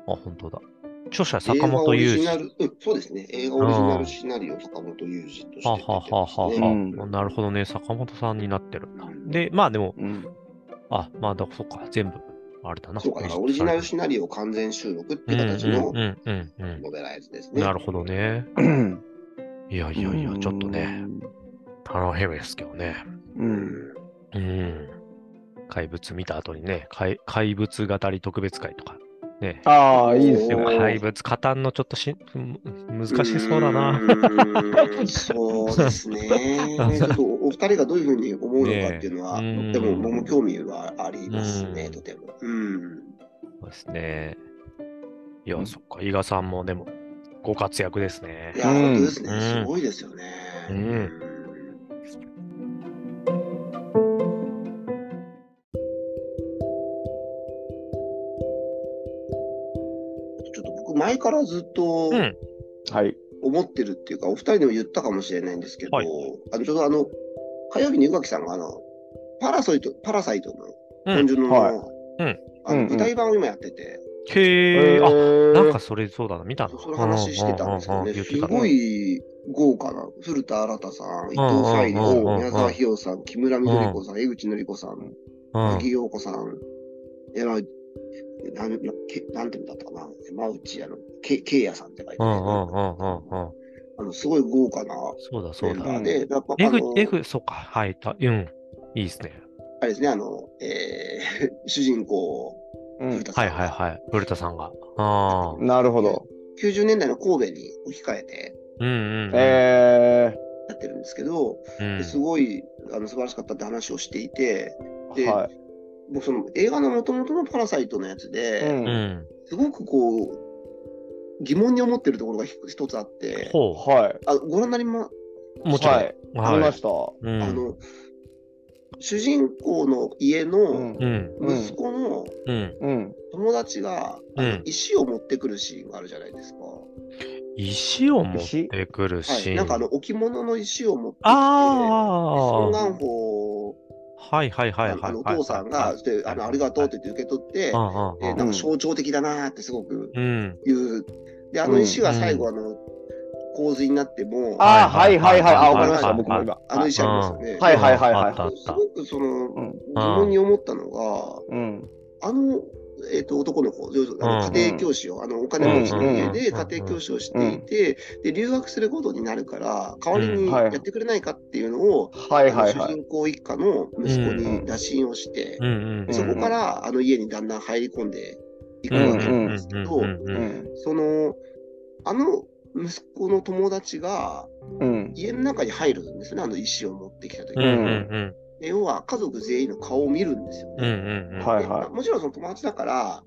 C: あ、本当だ。著者
A: 映
C: 坂
A: 画オ
C: 本
A: リ
C: 雄
A: ジ
C: 二。
A: ナ
C: は
A: ル、うん、そうですね。映画オリジナルシナリオ坂本雄二として出て
C: あ
A: ま
C: は
A: す
C: あはあは
A: ね
C: あ、
B: うん
C: なるほどね、坂本さんになってるんだ
A: う。ん
C: で、まあでも、
B: う。うん。
C: あ、まあだ、そうか、全部、あれだな。
A: そうか、だからオリジナル
C: し
A: シナリオ完全収録って
C: うんうん
A: 形の
C: うんうんうん
A: ノベライズですね。
C: なるほどね。いやいやいや、ちょっとね、。楽しみですけどね。
B: う。
A: うんん
C: うん。怪物見た後にね、怪怪物語り特別会とか、ね。
B: ああ、いいです
C: で
B: よ。
C: も
A: おー
C: 怪物、カタンのちょっとしんむ難しそうだな。
A: うーんそうです ね。ちょっとおお二人がどういうふうに思うのかっていうのは、
C: ねえ
A: とても僕も興味はありますね、
C: うん
A: とても。うん。
C: そうですね。いや、
B: うん
C: そっか、伊賀さんもでも、ご活躍ですね
A: い。や、本当です
C: う
A: ね。
C: ん
A: すごいですよね。
C: うん
A: ちょっと僕前からずっと
C: うん。
B: はい。
A: 思ってるっていうか、お二人でも言ったかもしれないんですけど、
C: はい
A: あのちょうどあの火曜日に宇垣さんがあのパラソイトパラサイトの
C: うん
A: 本の,、
B: はい
C: うん
A: あ
B: うん
A: の
B: うん
A: 舞台版を今やってて、
C: へえ、あ、
B: ー
C: なんか、それそうだな、見た
A: そ
C: の。
A: その話してたんですけど
C: う
A: ね、
C: ううう
A: す
C: 言ってた
A: ごい豪華な古田新太さん、伊藤沙莉
C: うんうんうんうん
A: 宮沢ひよさん、木村みどり子さん、江口のり子さん、
C: うん
A: 木陽子さん、山内なんなけなんていうんだったかな、山内あのけけいやさんって書いて
C: う
A: ある
C: んうんうんうんうん。
A: あのすごい豪華な
C: そうだそ
A: メ
C: う
A: ン
C: だ
A: バ。ーで、やっぱあ
C: F
A: の、
C: F そうか、はい、たうん、いいですね。
A: あれですね、あの、えー 主人公、
B: うん
A: 古、田さ
C: は
A: ん
C: い
A: が
C: はいはい、古田さんが。ああ、
B: なるほど。
A: 90年代の神戸に置き換えて
C: うんうんうん。
B: え
A: やってるんですけど、
C: うん
A: ですごいあの素晴らしかったって話をしていて、
B: ー、
A: で
B: はい。
A: 僕、その映画の元々のパラサイトのやつ
B: う。
A: で、
C: うんん。
A: すごくこう、疑問に思ってるところがひ一つあって、
C: ほ
B: は
A: あご覧になりま、
C: う。
B: い。
C: もちろん。
B: はい。ありました。
C: う
A: あ
C: ん。
A: の、主人公の家の
C: うん。
B: うん
A: 息子の
C: うん。
B: うん。
A: 友達が、
C: う
A: あの
C: ん。
A: 石を持ってくるシーンがあるじゃないですか。
C: 石を持ってくる
A: は
C: シー
A: い、
C: ン。
A: なんかあの置物の石を持ってきて、
C: あ
A: 孫
C: あ。
A: 元宝
C: はいはいはいはい。
A: あのお父さんが、であのありがとうって言って受け取って、
C: はい。
A: で
C: うん
A: な
C: うんん
A: か象徴的だなってすごく
C: うん。
A: 言う。で、あの石は最後、あの、構図になっても、あ
C: あ
B: あーはいはいはい、あ、わかりました、
A: はい
B: 僕も今。
A: の石ありますよね。
B: はいはいはいはい
C: あったあっ
A: す
C: た
A: ごくその、
B: うん
A: 疑問に思ったのが、
B: うん。
A: あの、えっと男の子、要するにあ
C: う
A: の
C: ん
A: 家庭教師を、あのお金持ちの家で
C: うん
A: 家庭教師をしていて、で留学することになるから、代わり
B: う
A: に
B: んはい
A: やってくれないかっていうのを、
B: はいはい
A: あの
B: は
A: 主
B: い。
A: 人公一家の息子に打診をして、
C: うんうん
A: でそこからあの家にだんだん入り込んでいく
C: うん
A: わけなんですけど、
C: うんう
B: うんん。
A: その、あの息子の友達が
B: うん。
A: 家の中に入るんですね、あの石を持ってきた時
C: うんう
A: に、
C: んうん
A: で要は家族全員の顔を見るんですよね。
C: うんうんうん
B: はい
A: でまあもちろんその友達だから、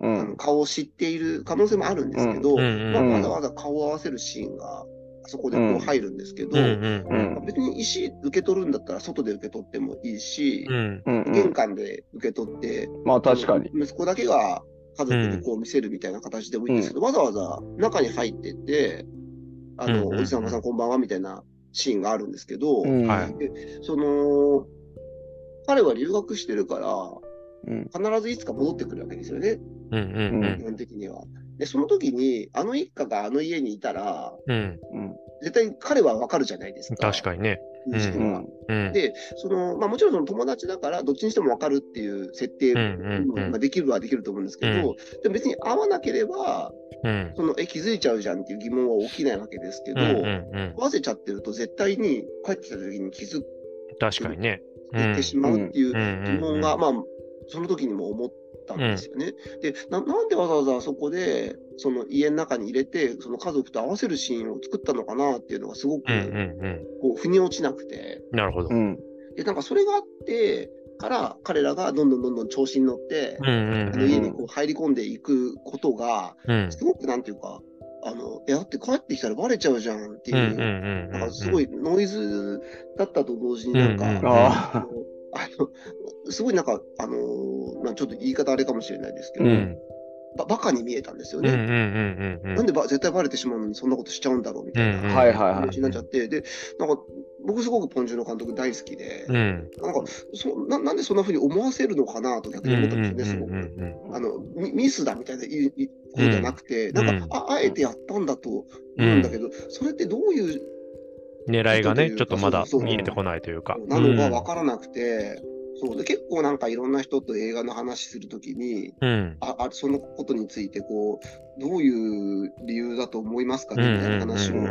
B: う
A: あの
B: ん。
A: 顔を知っている可能性もあるんですけど、
C: うんうん
A: まあ、
B: うん
A: わざわざ顔を合わせるシーンがあそこでこう入るんですけど、
C: うん
B: う
A: まあ
B: ん。
A: 別に石受け取るんだったら外で受け取ってもいいし、
C: うん
B: うん。う
A: 玄
B: ん。
A: 関で受け取って、
B: まあ確かに。
A: 息子だけが家族にこう見せるみたいな形でもいいんですけど、わざわざ中に入ってって、あの、
C: うんうんう
A: お
C: ん
A: じさんおばさんこんばんはみたいなシーンがあるんですけど、
B: うん。
C: はい
A: その、彼は留学してるから、
B: うん。
A: 必ずいつか戻ってくるわけですよね、
C: うんうんうん
A: 基本的には。で、その時に、あの一家があの家にいたら、
C: うん
B: うん。
A: 絶対彼はわかるじゃないですか。
C: 確かにね
A: 認識
B: う
A: が
B: ん。
C: うん
A: で、その、まあもちろんその友達だから、どっちにしてもわかるっていう設定
C: うんうんうん
A: まあできるはできると思うんですけど、でも別に会わなければ、
C: うん
A: その、え、気づいちゃうじゃんっていう疑問は起きないわけですけど、
C: うんうんうん
A: 合わせちゃってると絶対に帰ってきた時に気づい
C: 確かにね
A: てしまうっていう
C: うんうんう
A: 疑
C: ん
A: 問が、まあ、その時にも思ったんですよね。でな、なんでわざわざそこで、その家の中に入れて、その家族と合わせるシーンを作ったのかなっていうのがすごく、
C: うんうんうん
A: こう、腑に落ちなくて、
C: なるほど
B: う
C: うん
B: ん。
A: で、なんかそれがあってから、彼らがどんどんどんどん調子に乗って、
C: うん
A: あ
C: う
A: の家
C: ん
A: にこう入り込んでいくことが、
C: うん
A: すごくなんていうか、あの、え、だって帰ってきたらバレちゃうじゃんって
C: うん
A: いう、
C: うん
A: なんかすごいノイズだったと同時になんか、
C: うんうん
A: あ
B: ああ。
A: のあのすごいなんか、あのまあ、ちょっと言い方あれかもしれないですけど、
C: うん
A: ばバカに見えたんですよ
C: うんうんう
A: ね。
C: んうんうん
A: なんでば絶対バレてしまうのにそんなことしちゃうんだろうみたい
C: うんう
A: なん
B: はいはいは
A: 感
B: い。
A: じになっちゃって、で、なんか僕すごくポンジュの監督大好きで、
C: うん
A: なんかそななんでそんな風に思わせるのかなと逆
C: うん
A: に思っ
C: うん
A: た
C: うんん
A: ですね、すご
C: う
A: く。
C: んうん
A: あのミミスだみたいな言う言うことじゃなくて、
C: ん
A: なんか、ああえてやったんだと思うんだけど、それってどういう
C: 狙いがね、
A: ち
C: ちょ
A: ょっ
C: っ
A: と
C: と
A: ね
C: まだ
A: そう
B: そう
C: 見えてこないというか。
A: なのか分からなくて、そうで結構なんかいろんな人と映画の話するときに
C: うん。
A: ああ、そのことについてこう、どういう理由だと思いますか
C: うん。う
A: ねみ
C: ん
A: たいな話を、
C: うん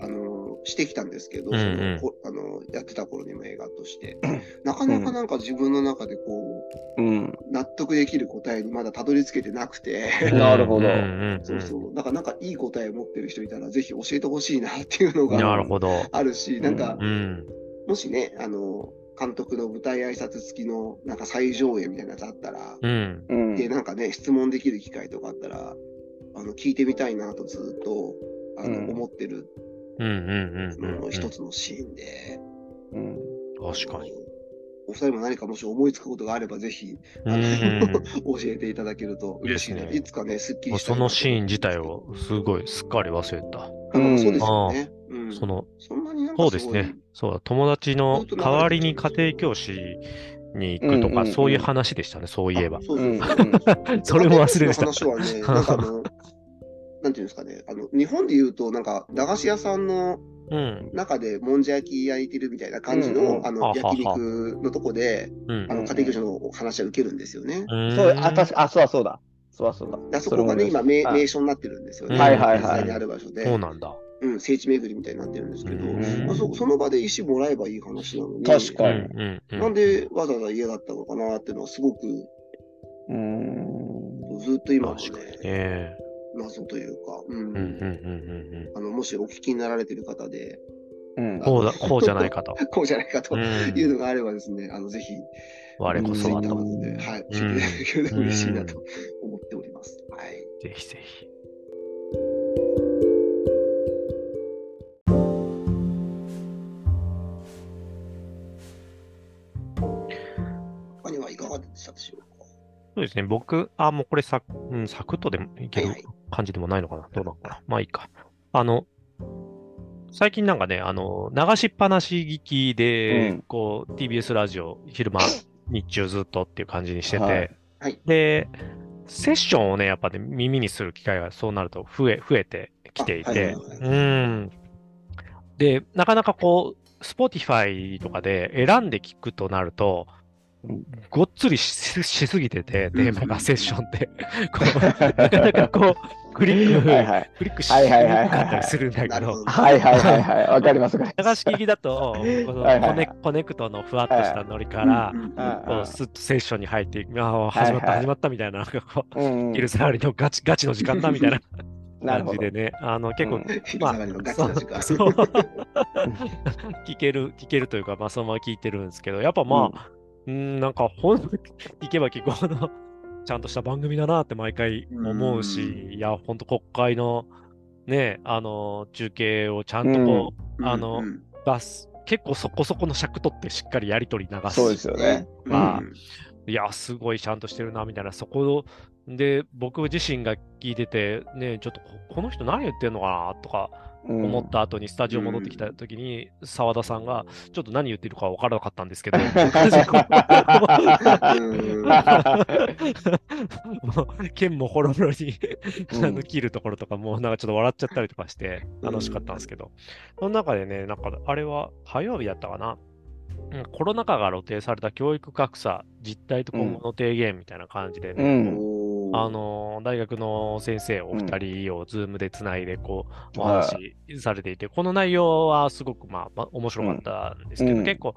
A: あのしてきたんですけど、
C: うんうん
A: そのこあのやってた頃にも映画として、なかなかなんか自分の中でこう
B: うん。
A: 納得できる答えにまだたどり着けてなくて。
C: うん
B: なるほど
C: うんうん
A: そうそう。だからなんかいい答えを持ってる人いたら、ぜひ教えてほしいなっていうの
C: うんな
A: が
C: るほど。
A: あるし、なんか
C: う、ん。
A: もしね、あの、監督の舞台挨拶付きの、なんか最上映みたいなやつあったら、
C: うん。
B: うん。
A: で、なんかね、質問できる機会とかあったら、あの、聞いてみたいなとずっと、あの、
B: うん
A: 思ってる、
C: うんうん
A: あ
C: うんうんう
A: の
C: ん。
A: 一つのシーンで、
B: うん。
C: 確かに。
A: あの。お二人も何かもし思いつくことがあれば、ぜひ
C: う
A: あ
C: ん
A: の
C: う
A: 教
C: ん
A: えていただけると嬉しいな。
C: ですね
A: いつかね、スッキ
C: うん。
A: リした
C: そ
A: いなと思
C: の
A: うんですけど
C: シーン自体をすごいすっかり忘れた。
A: あのそうですよね。うん。
C: その、
A: そんなになんか
C: そう
A: ごい
C: ですね。そうだ、友達の代わりに家庭教師に行くと
B: うんうん
C: か、
B: うん
C: そういう話でしたね、そういえば
A: あ。そうそう そう
C: それも忘れてた。
A: 話はね、 なんかあの、なんていうんですかね、あの日本で言うと、なんか駄菓子屋さんの
C: うん。
A: 中でもんじゃ焼き焼いてるみたいな感じの,、
B: うんうん
A: あ
C: は
A: の
C: はは
A: 焼肉のとこで、
C: うん
A: あの家庭教師のお話は受けるんですよね。
C: うん。
B: そう、あ、確か、あ、そうだそうだ。そうだそうだ。
A: であそこがね、
B: それ
A: 今
B: も
A: 名、
B: あ
A: 名所になってるんですよね。
C: はいはいはい
A: 実際にある場所で、
C: そうなんだ。
A: うん、聖地巡りみたいになってるんですけど、
C: うん
A: まあ、そその場で石もらえばいい話なのに、
B: 確
C: うん
B: かに
C: うんうん。
A: なんでわざわざ家だったのかなっていうのは、すごく
B: うーん。
A: ずっと今もね
C: 確かにね。
A: 謎というか、
C: うんうんうんうんうん。
A: あのもしお聞きになられてる方で、
B: うん。
C: こうだ、こうじゃないかと。
A: こうじゃないかと
C: う、
A: いうんのがあればですね、あのぜひ、
C: 我こそは
A: ツイッター
C: と。
A: などで、はい、
C: ん
A: 教えていただけると嬉しいなと思っております。はい。
C: ぜひぜひ。
A: 他にはいかがでしたでしょうか
C: そうですね、僕、あ、もうこれサ,、うん、サクッとでもいけ
A: は
C: る
A: い
C: 感じでもないのかな。どうなのかな。まあいいか。あの、最近なんかね、あの、流しっぱなし聞きで、
B: うん
C: こう、TBS ラジオ、昼間、日中ずっとっていう感じにしてて、
B: はい
A: はい
C: で、セッションをね、やっぱね、耳にする機会がそうなると増え、増えて来てい
A: あはいは
C: て
A: いはい、
C: うん。で、なかなかこう、Spotify とかで選んで聞くとなると
A: うん、
C: ごっつりししすぎてて、
A: うん
C: テーマがセッションで、こうなかなかこう、クリック、
B: はいはい
C: クリックし
B: はい
C: にく
B: はいはいはい
C: かったりするんだけ
A: なるほ
C: ど
A: ど、。
B: はいはいはいはい。わかります。わかり
C: 流
B: ま
C: し
B: す
C: 聞きだと、こ
B: はい
C: の
B: はい
C: コ
B: はい
C: ネコネクトのふわっとしたノリから
A: う、ん
B: うんうん
C: こうスッとセッションに入っていく、ああ、始まっ
B: は
C: た、
B: いはい
C: 始まったみたいな、なんかこう、
B: うん
C: 昼下がりのガチガチの時間だみたいな
B: なる
C: 感
B: ほ
C: じ
B: ど。
C: でね、あの結構、
B: うん
A: 昼下がりのガチな時間。
C: そう 聞ける、聞けるというか、まあ、そのまま聞いてるんですけど、やっぱまあ、うん、なんか、ほん、 聞けば聞くほど、ちゃんとした番組だなって毎回思うし、いや、ほんと国会の、ね、あの、中継をちゃんとこ
A: う
C: う、
A: ん
C: あの
A: うん
C: 出す、結構そこそこの尺取ってしっかりやりとり流す。
B: そうですよね。
C: まあ
A: うん
C: いや、すごいちゃんとしてるな、みたいな、そこで、僕自身が聞いてて、ね、ちょっとここの人何言ってんのかな、とか
B: うん
C: 思った後に、スタジオ戻ってきた時に、澤田さんが、ちょっと何言ってるか分からなかったんですけど、
A: う ん
C: もう剣もほろほろに
B: うん
C: あの切るところとか、もうなんかちょっと笑っちゃったりとかして
A: うん
C: 楽しかったんですけど、その中でね、なんかあれは火曜日だったかな、うんコロナ禍が露呈された教育格差、実態と今後の提言みたいな感じで
B: う
C: ね、
B: ん。
A: おー
C: あのー大学の先生お二人をズームでつないでこう、
B: うん
C: お話しされていて、この内容はすごく、まあ、まあ面白かったんですけど、
B: うん
C: 結構、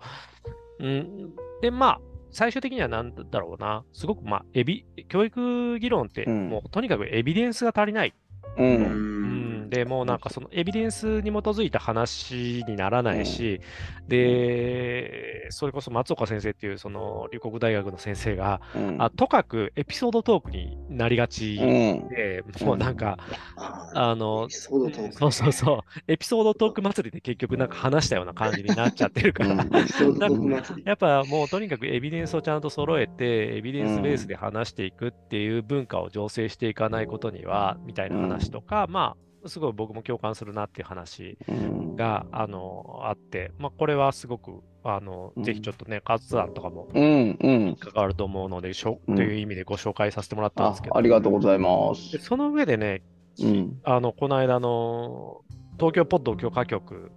C: うん、でまあ最終的には何だろうなすごくまあエビ教育議論って
B: うん
C: もうとにかくエビデンスが足りない、
B: う。
A: うん
C: うん、
A: ん
C: でもうなんかそのエビデンスに基づいた話にならないし、でそれこそ松岡先生っていうその龍谷大学の先生が、
B: うん
C: あとかくエピソードトークになりがち
B: うん。
C: で、もうなんか、
A: あ
C: あ
A: ー
C: の
A: エピ、ソードトーク
C: そうそうそう、エピソードトーク祭りで結局なんか話したような感じになっちゃってるから、
A: エピソードトーク祭り。
C: やっぱもうとにかくエビデンスをちゃんと揃えて、エビデンスベースで話していくっていう文化を醸成していかないことには、みたいな話とか、まあ、すごい僕も共感するなっていう話
B: うん
C: が、あの、あって、まあ、これはすごく、あの、ぜひちょっとね、カズさんとかも
B: うん。うん。
C: 関わると思うので、しょ
B: うん
C: という意味でご紹介させてもらったんで
B: あ
C: すけど、
B: ありがとうございます
C: で。その上でね、
B: うん。
C: あの、この間の東京ポッド許可局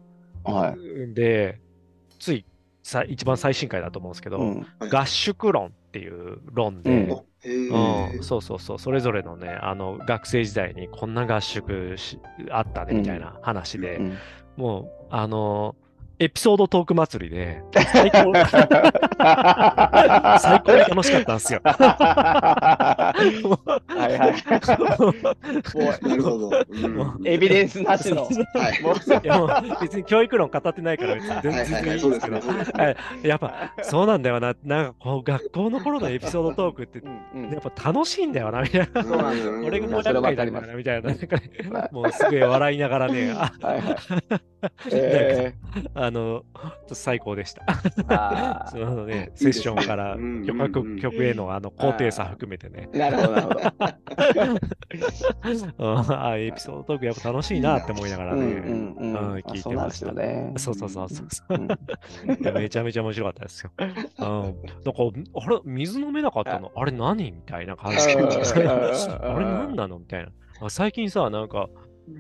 B: は
C: で、ついさ一番最新回だと思うんですけ
B: い。
C: ど、
B: うん。
C: 合宿論っていう論で、
B: うん
A: へー
C: うんそうそうそう、それぞれのね、あの学生時代にこんな合宿しあったねみたいな話で、
B: うん
C: もう、あの、エピソードトーク祭りで、最高 最高に楽しかったんですよ。
B: いは
A: なるほど。うん
C: もう
B: エビデンスなしの。
A: はい
B: もう
C: いやもう別に教育論語ってないから別に
A: は
C: 全
A: いはい
C: 然
A: はいい、
C: い
A: そ
C: ん
A: う
C: で
A: ですす
C: け
A: ね。
C: ど
A: そうですね
C: はいやっぱそうなんだよななんかこう学校の頃のエピソードトークって
B: うん
C: やっぱ楽しいんだよなみたいな
A: そうなんですよ
C: 俺が
B: も
C: 500
B: うそれはわ
C: 回だ
B: か
C: っ
B: り
C: た
B: ま
C: か
B: す
C: らみたいななんかね
B: は
C: もうすげえ笑いながらねあ
B: はいはい。
C: なん
B: え
C: かあのちょっと最高でした
B: ーあ
C: そのね
A: いい
C: セ
A: で
C: ッ
A: すね
C: ションから
A: うん
C: 曲
A: うんうん
C: 曲へのあの高低差含めてね
B: ーなるほど、なるほど。
C: うんあエピソードトークやっぱ楽しいなって思いながら
B: うん
C: ね
B: うんうん
C: うん聞いてました
B: そうなんですよね。
C: そうそうそうそうそう
B: うん。
C: いやめちゃめちゃ面白かったです よ。うん、なんかあれ水飲めなかったのあれ何みたいな感じ
A: うん
C: あれ何なのみたいな。あ最近さなんか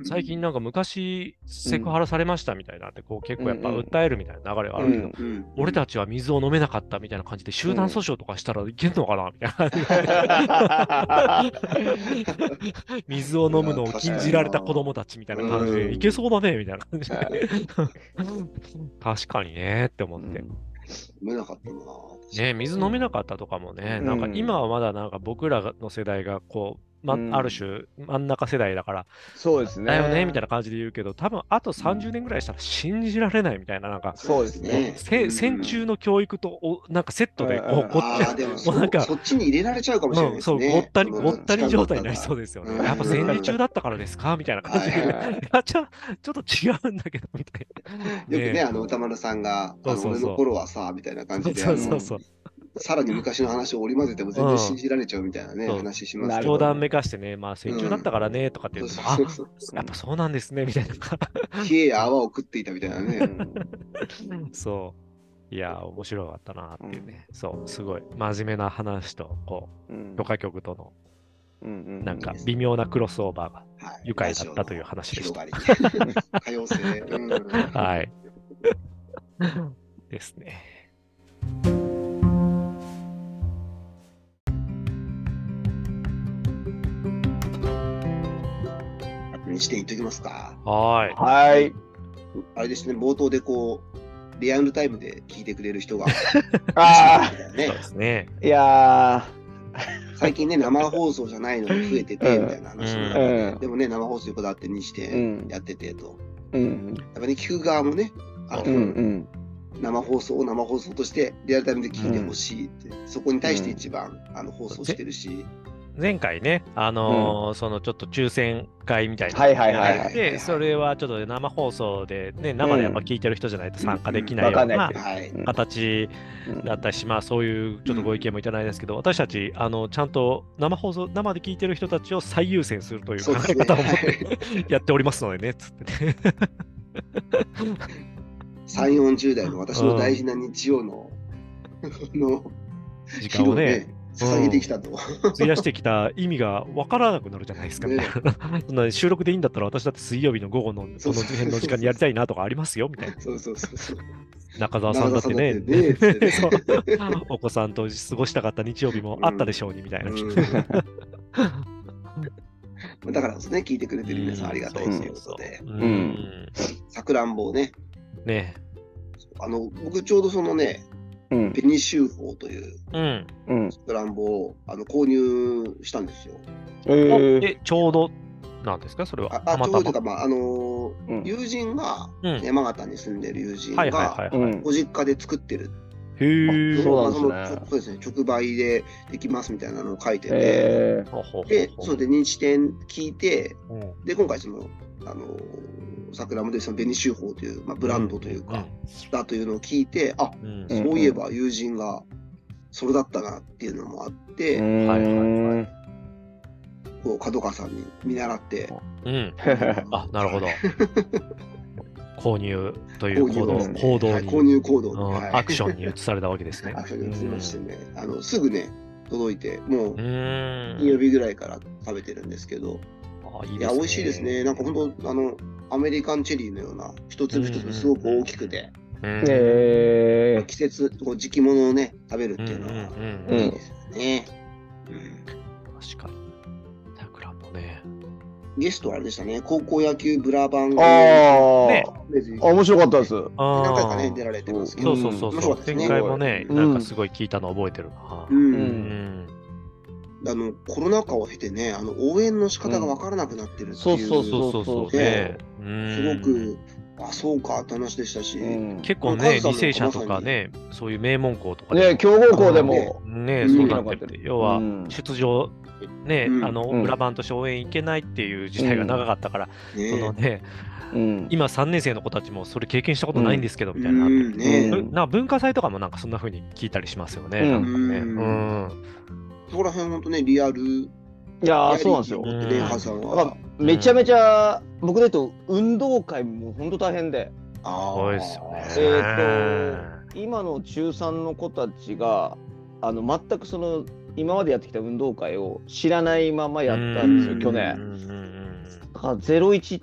C: 最近なんか昔セクハラされましたみたいなってこう結構やっぱ
B: うんうん
C: 訴えるみたいな流れがあるけど、
B: うん
A: うん
C: 俺たちは水を飲めなかったみたいな感じで集団訴訟とかしたらいけんのかなみたいな。 水を飲むのを禁じられた子供たちみたいな感じ
A: う
C: で、
A: ん
C: いけそうだねみたいな感じで。確かにねって思って。
A: 飲めなかったなぁ。
C: ね、水飲めなかったとかもね、なんか
B: うん
C: 今はまだなんか僕らの世代がこう、ま
B: うん
C: ある種真ん中世代だから、
B: そうですね。
C: だよねみたいな感じで言うけど、多分あと30年ぐらいしたら信じられないみたいな、なんか、
B: そうですね。
C: せ戦中の教育とおなんかセットでこ
B: うん
C: う
B: うん
C: ごっ
A: あ
C: ちゃ
A: ーでも
C: もうなんか
A: そそっちに入れられちゃうかもしれない
C: うん、
A: です
C: そう、
A: ね。
C: ごったり、
A: うん
C: ごったり状態になりそうですよね。
A: うん
C: やっぱ戦時中だったからですかみたいな感じ
A: は
C: で、
A: い
B: はい
C: いやちょちょっと違うんだけど、みたいな。
A: よくね、あの歌丸さんが、あ
C: そう
A: の
C: そうそう
A: 俺の頃はさ、みたいな感じで、
C: そうそうそう。
A: あのさらに昔の話を織り交ぜても全
C: う
A: 然
C: ん
A: 信じられちゃうみたいなね、
C: そう
A: 話します
B: なる
C: 冗
B: ほど
C: 談めかしてね、まあ戦中だったからね、とかって
A: そ
C: 言
A: う
C: うと、あ
A: そうそう
C: やっぱそうなん ですね、みたいな。
A: そう。冷えや泡を食っていたみたいなね。
C: そう。いや、面白かったなっていうね。そう、すごい。真面目な話と、こ
B: う
C: う、
B: ん
C: 許可局との、
B: うんうん
C: なんか
A: いいですね
C: 微妙なクロスオーバーが
A: はい。
C: 愉快だったという話でし
A: 広
C: た。
A: がり。 多様性。うん
C: はい。ですね。
A: 確認していっときますか。
C: はーい。
B: はい。
A: あれですね、冒頭でこう、リアルタイムで聞いてくれる人が、
B: あ
A: ね
C: そう、ですね。
B: あ、いや
A: 最近ね、生放送じゃないのに増えてて、みたいな話の中で、
B: うんうん
A: でもね、生放送にこだわってにし
B: ー、う
A: て
B: ん、
A: やっててと。
B: うん、
A: やっぱね、聞く側もね、あの
B: うん、うん、
A: 生放送を生放送としてリアルタイムで聞いてほしいって、そこに対して一番、あの放送してるし、
C: 前回ね、あのーそのちょっと抽選会みたいな。
B: はいはいはい
A: はい
C: で、それはちょっと生放送で、ね、生でやっぱ聞いてる人じゃないと参加できないよう
B: うんわ
C: な
B: かん
A: はい。
B: うん
C: 形だったりし、まあそういうちょっとご意見もいただいたんですけど、私たち、あの、ちゃんと生放送、生で聞いてる人たちを最優先するという考
A: そうです
C: え
A: ね
C: 方を持っ
A: は
C: てやっておりますのでね、つって ね。
A: 3、40代の私の大事な日曜の、あの、
C: 時
A: 日
C: 間を
A: を
C: ね、
A: ね、捧げてきたと。
C: 費やしてきた意味がわからなくなるじゃないですか。みたいな そんな収録でいいんだったら、私だって水曜日の午後のこ
A: そう
C: の
A: そうそう
C: 辺の時間にやりたいなとかありますよ、みたいな。
A: そうそうそうそう。
C: 中澤さんだってね、
A: 中澤さんだってね
C: そう お子さんと過ごしたかった日曜日もあったでしょうに、みたいな。
A: うんだからですね、聞いてくれてる皆さんありがたいということで、
C: うん
B: ん
A: さくらんぼをね、
C: ね
A: あの僕ちょうどそのね、
B: うん、
A: 紅秀峰という
C: うん。
B: うん、
A: さくらんぼをあの購入したんですよ。
B: えー、
C: え、ちょうどなんですか、それは。
A: あ、あ
C: た
A: ちょ
C: ま
A: うど
C: た
A: というか、
C: ま。
A: まあ、あのー
B: うん
A: 友人が、
C: うん
A: 山形に住んでる友人
C: はいは
A: が、
C: いはい。
B: うん
A: ご実家で作ってる、
C: へえ。
B: そうなん
A: ま
B: で
A: あそのち
B: すね
A: ょそうですね、直売でできますみたいなのを書いてて、
B: えー、
C: ほうほうほう
A: で、そうで、認知店聞いて、
C: うん
A: で、今回、その、あのー、桜もでその紅秀峰という、まあ、ブランドというか、だというのを聞いて、あ
C: うんうん
B: うん
A: そういえば友人がそれだったなっていうのもあって、
B: うん
C: はいはい
A: こう角川さんに見習 って、
C: うん。あ、なるほ
A: ど。
C: ど。購入という行
A: 購入
C: 動
A: ですね
C: 行動
A: はい
C: に、
A: 購入行動
C: う
A: に、
C: ん
A: はい
C: アクションに移されたわけです ね。
A: アクションに移りましてね、あのすぐね、届いて、もう
C: うーん。
A: 金曜日ぐらいから食べてるんですけど、
C: あい
A: いや、美味しいですね。なんか本当、あの、アメリカンチェリーのような、一粒一
C: うんうん
A: 粒すごく大きくて、
C: うん
B: えー、
A: 季節、こう時期物をね、食べるって
C: うんう
A: いう
C: ん
A: のは
C: うん
A: いいですよね。
C: 確かに。桜もね。
A: うんゲストはあれでしたね、高校野球ブラバン
B: あ
C: ね
B: ー、あ、面白かったです。
C: あ
A: 何回かね、
C: ー
A: 出られてますけど、
C: そうそうそう
A: 面
C: そ
A: 白
C: う
A: か。ったですね
C: 前回もね、
B: うん
C: なんかすごい聞いたの覚えてるな。
A: うん
B: う
C: うんん。
A: あのコロナ禍を経てね、あの応援の仕方が分からなくなってるって
B: そ
A: いうう、
B: そう
C: そうそうそうそうね。うん
A: すごく、あ、そうかって話でしたし、
B: うん、
C: 結構ね、履正社とかね、そういう名門校とかでも
B: ね、強豪校でも、
C: ね
A: う、ん
C: そうなってるって。要は
B: う、ん
C: 出場、ね、
A: うん
C: あの、
B: うん
C: 裏番として応援行けないっていう時代が長かったから、
A: ね
C: そのね、
B: うん、
C: 今3年生の子たちもそれ経験したことないんですけど、みたいな。
A: うんね
C: うんな文化祭とかもなんかそんな風に聞いたりしますよね。
B: うん
C: なんかね
A: うんそこら辺本当ね、リアル、
B: いやー、そうなんですよ。
A: リアリティを持ってね、ハさん
B: だから
A: は。
B: めちゃめちゃ、僕で言うと運動会も本当大変で
A: あ
C: 多
A: ー
C: いですよね。
B: えー今の中3の子たちがあの全くその今までやってきた運動会を知らないままやったんです
A: う
B: よ
A: ん
B: 去
C: う
B: 年。
C: んうんうん
B: だから01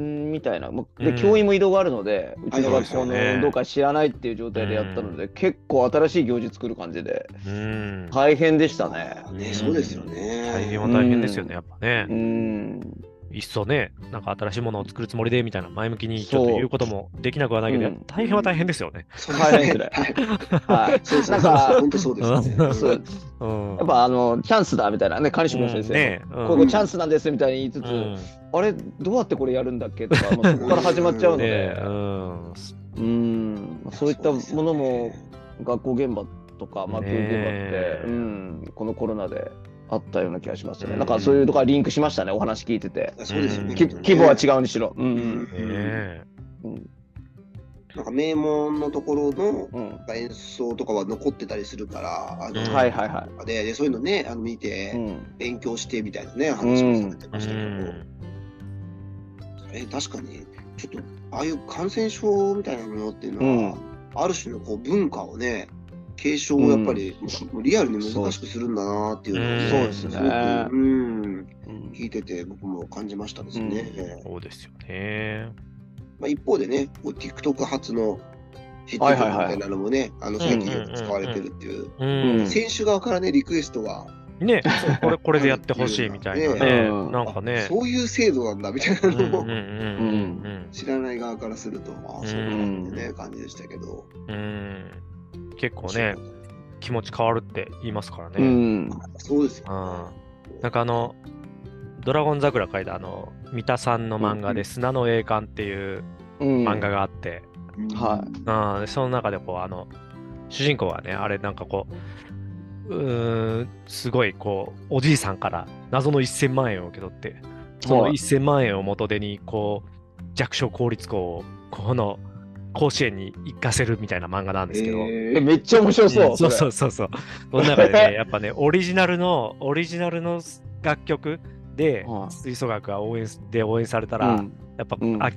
B: んみたいなもうで、
C: うん
B: 教員も移動があるのでうちの学校
A: はい
B: の
C: はいはい
B: 運動会知らないっていう状態でやったので、結構新しい行事作る感じで
C: うん
B: 大変でしたね。
A: ね、そうですよね。
C: 大変は大変ですよね、やっぱね
B: う。ん
C: いっそね、なんか新しいものを作るつもりでみたいな、前向きにちょっと言うこともできなくはないけど、
B: そううん
C: 大変は大変ですよね。
A: そうですね
B: 大変 ですね
A: はい
B: はい、
A: そうそう
B: なん
A: そう
B: か
A: 本当そうですね。
B: そううん
C: うん、
B: やっぱあのチャンスだみたいなね管理職の先生、
C: うんね、うん
B: ここチャンスなんですみたいに言いつつ、
C: うん
B: あれどうやってこれやるんだっけとか、まあ、そこから始まっちゃうの
C: ね
B: で、
C: うん、
B: うんまあそういったものも学校現場とか、まあ、
C: ね
B: 教育現場って、うん、このコロナであったような気がしますよね。
C: うん
B: なんかそういうとこはリンクしましたね、お話聞いてて。
A: そうですよね。
B: き
A: きっとね
B: 規模は違うにしろ。うん
C: ねえ
B: うん
A: なんか名門のところの
B: うん
A: 演奏とかは残ってたりするから、あの
C: うん
B: はいはいは
A: ででそういうのね、あの見て、
B: い。うん
A: 勉強してみたいなね、話もされてましたけど、え確かに、ちょっと、ああいう感染症みたいなものっていうのは、ある種のこう文化をね、継承をやっぱり、リアルに難しくするんだなっていうの
C: うん
A: を、
B: そうですね
A: すごく、うん、
B: うん
A: 聞いてて僕も感じましたですね。
B: う
A: えー
C: そうですよね。
A: まあ、一方でね、こう TikTok 発のヒット曲みたいなのもね、あの最近よく使われてるっていう、
C: う
B: うんん。
A: 選手側からね、リクエストが、
C: ね、そうこれこれでやってほしいみたいな
A: え
C: ね。
B: え
C: な
A: あ
C: んかね。
A: そういう制度なんだみたいな
C: うんうん
A: のを、
C: うん
A: 知らない側からすると、ああ、そうなんだってね、感じでしたけど。
C: うんうん結構ね、気持ち変わるって言いますからね。
B: うん
A: そうですよ
C: あなんかあの、ドラゴン桜書いたあの、三田さんの漫画で、砂の栄冠っていう
B: うん
C: 漫画があって、
A: うん
B: は
C: あーその中でこう、あの、主人公はね、あれなんかこう、うーん、すごいこう、おじいさんから謎の1000万円を受け取って、その
B: はい
C: 1000万円を元手に、こう、弱小公立校を、この、甲子園に行かせるみたいな漫画なんですけど、
B: え
A: えー
B: めっちゃ面白 そう。
C: そう
B: れ
C: そうそうそう。この中でね、やっぱね、オリジナルの、オリジナルの楽曲で
B: は、い
C: 吹奏楽が応援すで応援された
B: う
C: ら、
B: ん
C: やっぱ、
B: うん
C: あ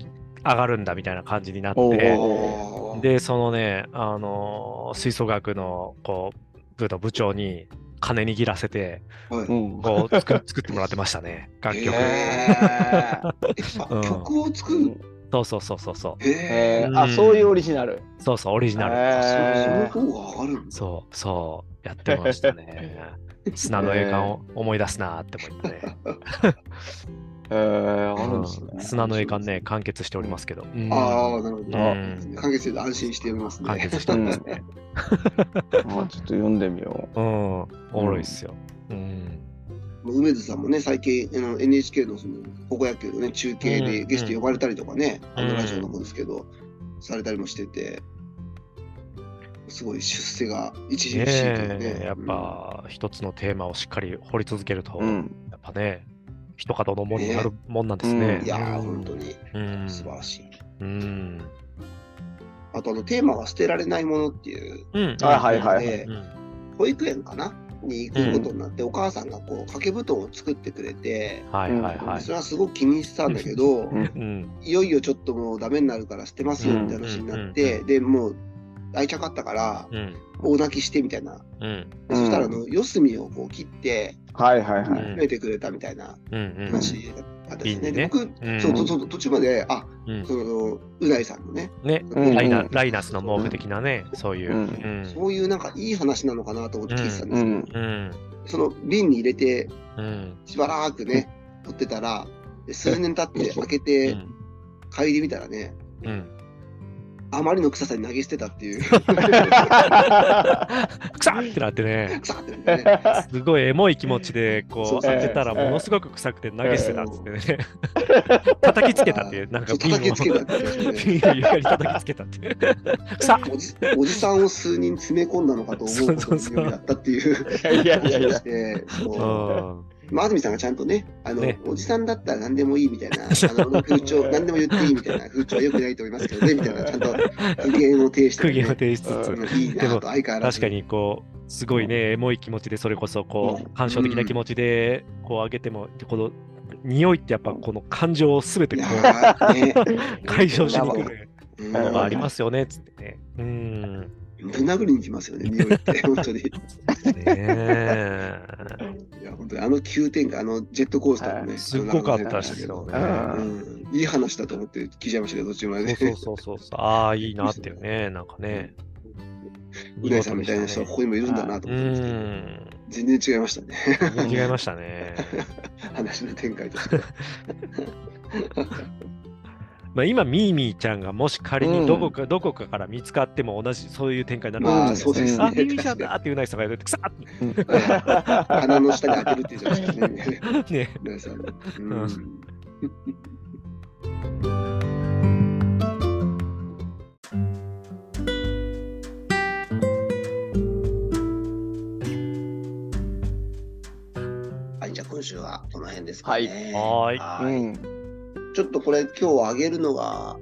C: 上がるんだみたいな感じになっ
B: おうお
C: て
B: う、
C: で、そのね、あのー吹奏楽の、こう、部の部長に、金握らせて、
A: はい
B: うん
C: こう、 作作ってもらってましたね、楽曲。
A: へーえ
C: うん
A: あ曲を作る
C: そうそうそうそうそう。
A: へ
B: え
A: え。
B: ーあ、そういうオリジナル。
C: そうそう、オリジナル。
B: えー
A: その方が上がるんだ。
C: そうそう、やってまし たね。砂の栄冠を思い出すなーって思ってね。
B: えーあるんです
C: うん
B: ね。
C: 砂の栄冠ね、完結しておりますけど。うん
A: ああ、なるほど。
C: うん
A: 完結で安心してますね。
C: 完結しておりますね。
B: あちょっと読んでみよ
C: うん、おもろいっすよ。うん。
A: 梅津さんもね、最近あの NHK のその高校野球のね、中継でゲスト呼ばれたりとかね、
C: うん
A: あのラジオの方ですけど、されたりもしてて、すごい出世が著しいとい
C: ね
A: うね。
C: え、やっぱ一つのテーマをしっかり掘り続けると、
B: う。うん。
C: やっぱね、一方のものになるもんなんです
A: う
C: ね
A: ん。いやー、本当に
C: うん。
A: 素晴らしい。
C: うん。
A: あとあのテーマは捨てられないものっていう
C: うん。
B: あはいはい
C: うん
A: 保育園かなに行くことになって、お母さんがこう掛け布団を作ってくれて、
C: はいはいはい
A: そ。れはすごく気にしてたんだけど、
B: ん
C: うん。
A: いよいよちょっともうダメになるから捨てますよって話になって、でもう愛着あったから
C: うん。
A: 大泣きしてみたいな、
C: うん。
A: でそしたらあの四隅をこう切って
B: はいはいは
C: う
B: い。
C: ん
A: 埋めてくれたみたいな
C: うん。うん。
A: 話だったんですね。
C: うん
A: で僕
C: うん
A: そうそうそう途中まであ
C: うん
A: そのうないさんのね、
C: ね、
B: うん
C: ライナ
B: うん
C: ライナスの毛布的なね、そういう。
B: う
C: うんん。
A: そういうなんかいい話なのかなと思って聞いてたんで
B: う
A: すけど、
B: ん。
C: うん。
A: その瓶に入れて
C: うん。
A: しばらくね取ってたらで数年経って開け
C: う
A: て
C: ん
A: 嗅いでみたらね
C: うん。
A: あまりの臭さに投げ捨てたっていう
C: くさってなってね、
A: 臭かったみたいなね。
C: すごいエモい気持ちで、こ
A: そう
C: う、
A: そう
C: 開けたら、
B: ええ
C: ものすごく臭くて投げ捨てたっつってね。叩きつけたっていう、なんか
A: そう
C: 瓶
A: 叩
C: を、
A: きつけたっていうね
C: 瓶を床に叩きつけたっていう。臭っ
A: おじおじさんを数人詰め込んだのかと思うことによりだったっていう
B: いやいやい
A: 話
B: やい
A: を
B: や
A: し。て、
C: う
A: そ
C: ん
A: うまあ安住さんがちゃんとねあの
C: ね
A: おじさんだったら何でもいいみたいな、あの風潮、何でも言っていいみたいな風潮はよくないと思いますけどね、みたいな、ちゃんと苦言を呈して
C: 苦
A: ね、
C: 言を呈しつ
B: う
C: つ、
A: うんいいなと、相変わらず。
C: 確 かにこう、すごいね、エモい気持ちで、それこそ、こ
A: うん
C: う、感傷的な気持ちで、こう、開けても、この、匂いってやっぱこの感情をすべて
A: い
C: こ
A: や
C: う
A: ーね
C: 解消しに来る
A: うん
C: ものがありますよね、つってね。うん。
A: ぶん殴りに来ますよね、匂いって、本当に。い
C: ねえ。
A: や、本当に、あの急展開、あのジェットコースターもね、
C: すっごかったです
A: け
C: けど
A: ど、
C: ね。
B: うん
A: うんいい話だと思って聞いちゃいましたけど、途中までね。
C: そうそうそうそう。ああ、いいなっていうね、なんかね。
A: うなえさんみたいな人はここにもいるんだなと
C: う
A: 思ったんですけど、
C: ん。
A: 全然違いました ね、
C: 違いまし たね。
A: 話の展開として。
C: まあ今、ミーミーちゃんがもし仮にどこか、どこかから見つかっても同じ、そういう展開になる
A: ま
B: う
A: あ、
B: ん
A: そうです
C: あ、
A: ね。
C: ミーミーちゃん
A: 確
C: だ
A: か
C: ってうなぎさんが言って、くさっ
A: に鼻の下に当てるっていうじゃないですかね。
C: てね。
A: うなえさんのうんはい、じゃあ今週はこの辺ですかね。
C: はいはーい
B: うん。
A: ちょっとこれ今日上げるのが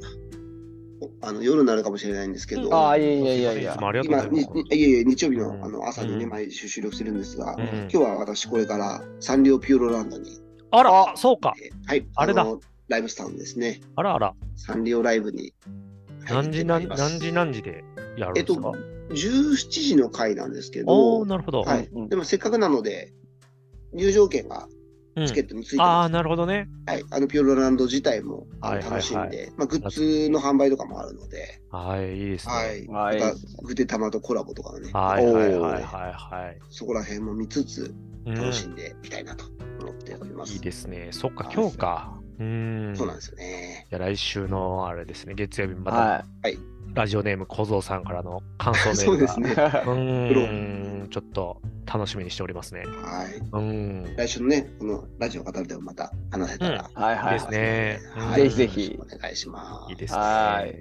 A: おあの夜になるかもしれないんですけど、
B: ああ、いやいやいやい
C: い
B: や
C: つ。もありがとうご
A: 今
C: ざい
A: に
C: ます。
A: いえいえ日曜日
C: うん
A: のあの朝にね、
C: うん
A: 毎週収録するんですが、
C: うん
A: 今日は私これからサンリオピューロランドに、
C: あら、そうか。
A: えーはい、
C: あれだ
A: のライブスタウンですね、
C: あらあら。
A: サンリオライブに。はい
C: 何時
A: 行ってまい
C: 何
A: ります
C: 何時何時でやるん
A: えっ
C: で
A: と
C: すか、
A: 17時の回なんですけ
C: おお
A: ど、
C: なるほど。
A: はい
B: うんうん
A: でもせっかくなので、入場券が
C: うん
A: チケットについて
C: あ
A: ま
C: あ、
A: す、
C: なるほどね。
A: はい、あのピューロランド自体もあの
C: はいはいは
A: 楽
C: い
A: しんで、まあ、グッズの販売とかもあるので、
C: はい、いいですね。
A: はい、
B: はい
A: またグテタマとコラボとかね、
C: はいはいはい
A: おー
C: はいはい。
A: そこら辺も見つつ、
C: うん
A: 楽しんでいきたいなと思っております。
C: いいですね。そっか
A: は、い
C: 今日か。うーん。
A: そうなんですよね。
C: じゃあ来週のあれですね、月曜日また
B: は
C: ラジオネーム小僧さんからの感想メールが。
A: そうですね。
B: い。
C: う
B: は
C: ーん、ちょっと楽しみにしておりますね。
A: はい。
C: うん。
A: 来週のね、このラジオ語るでもまた話せたら、
B: いはい
C: ですね
A: はい
B: ぜひぜひ
A: よろしくお願いします。。
C: いいですすね。
B: は
A: じ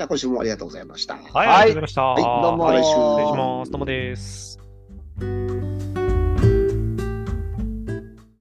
A: ゃあ今週もありがとうございました。
C: はい、ありがとうございました。
B: はいどうも
A: 来週
C: 失礼します。どうもです。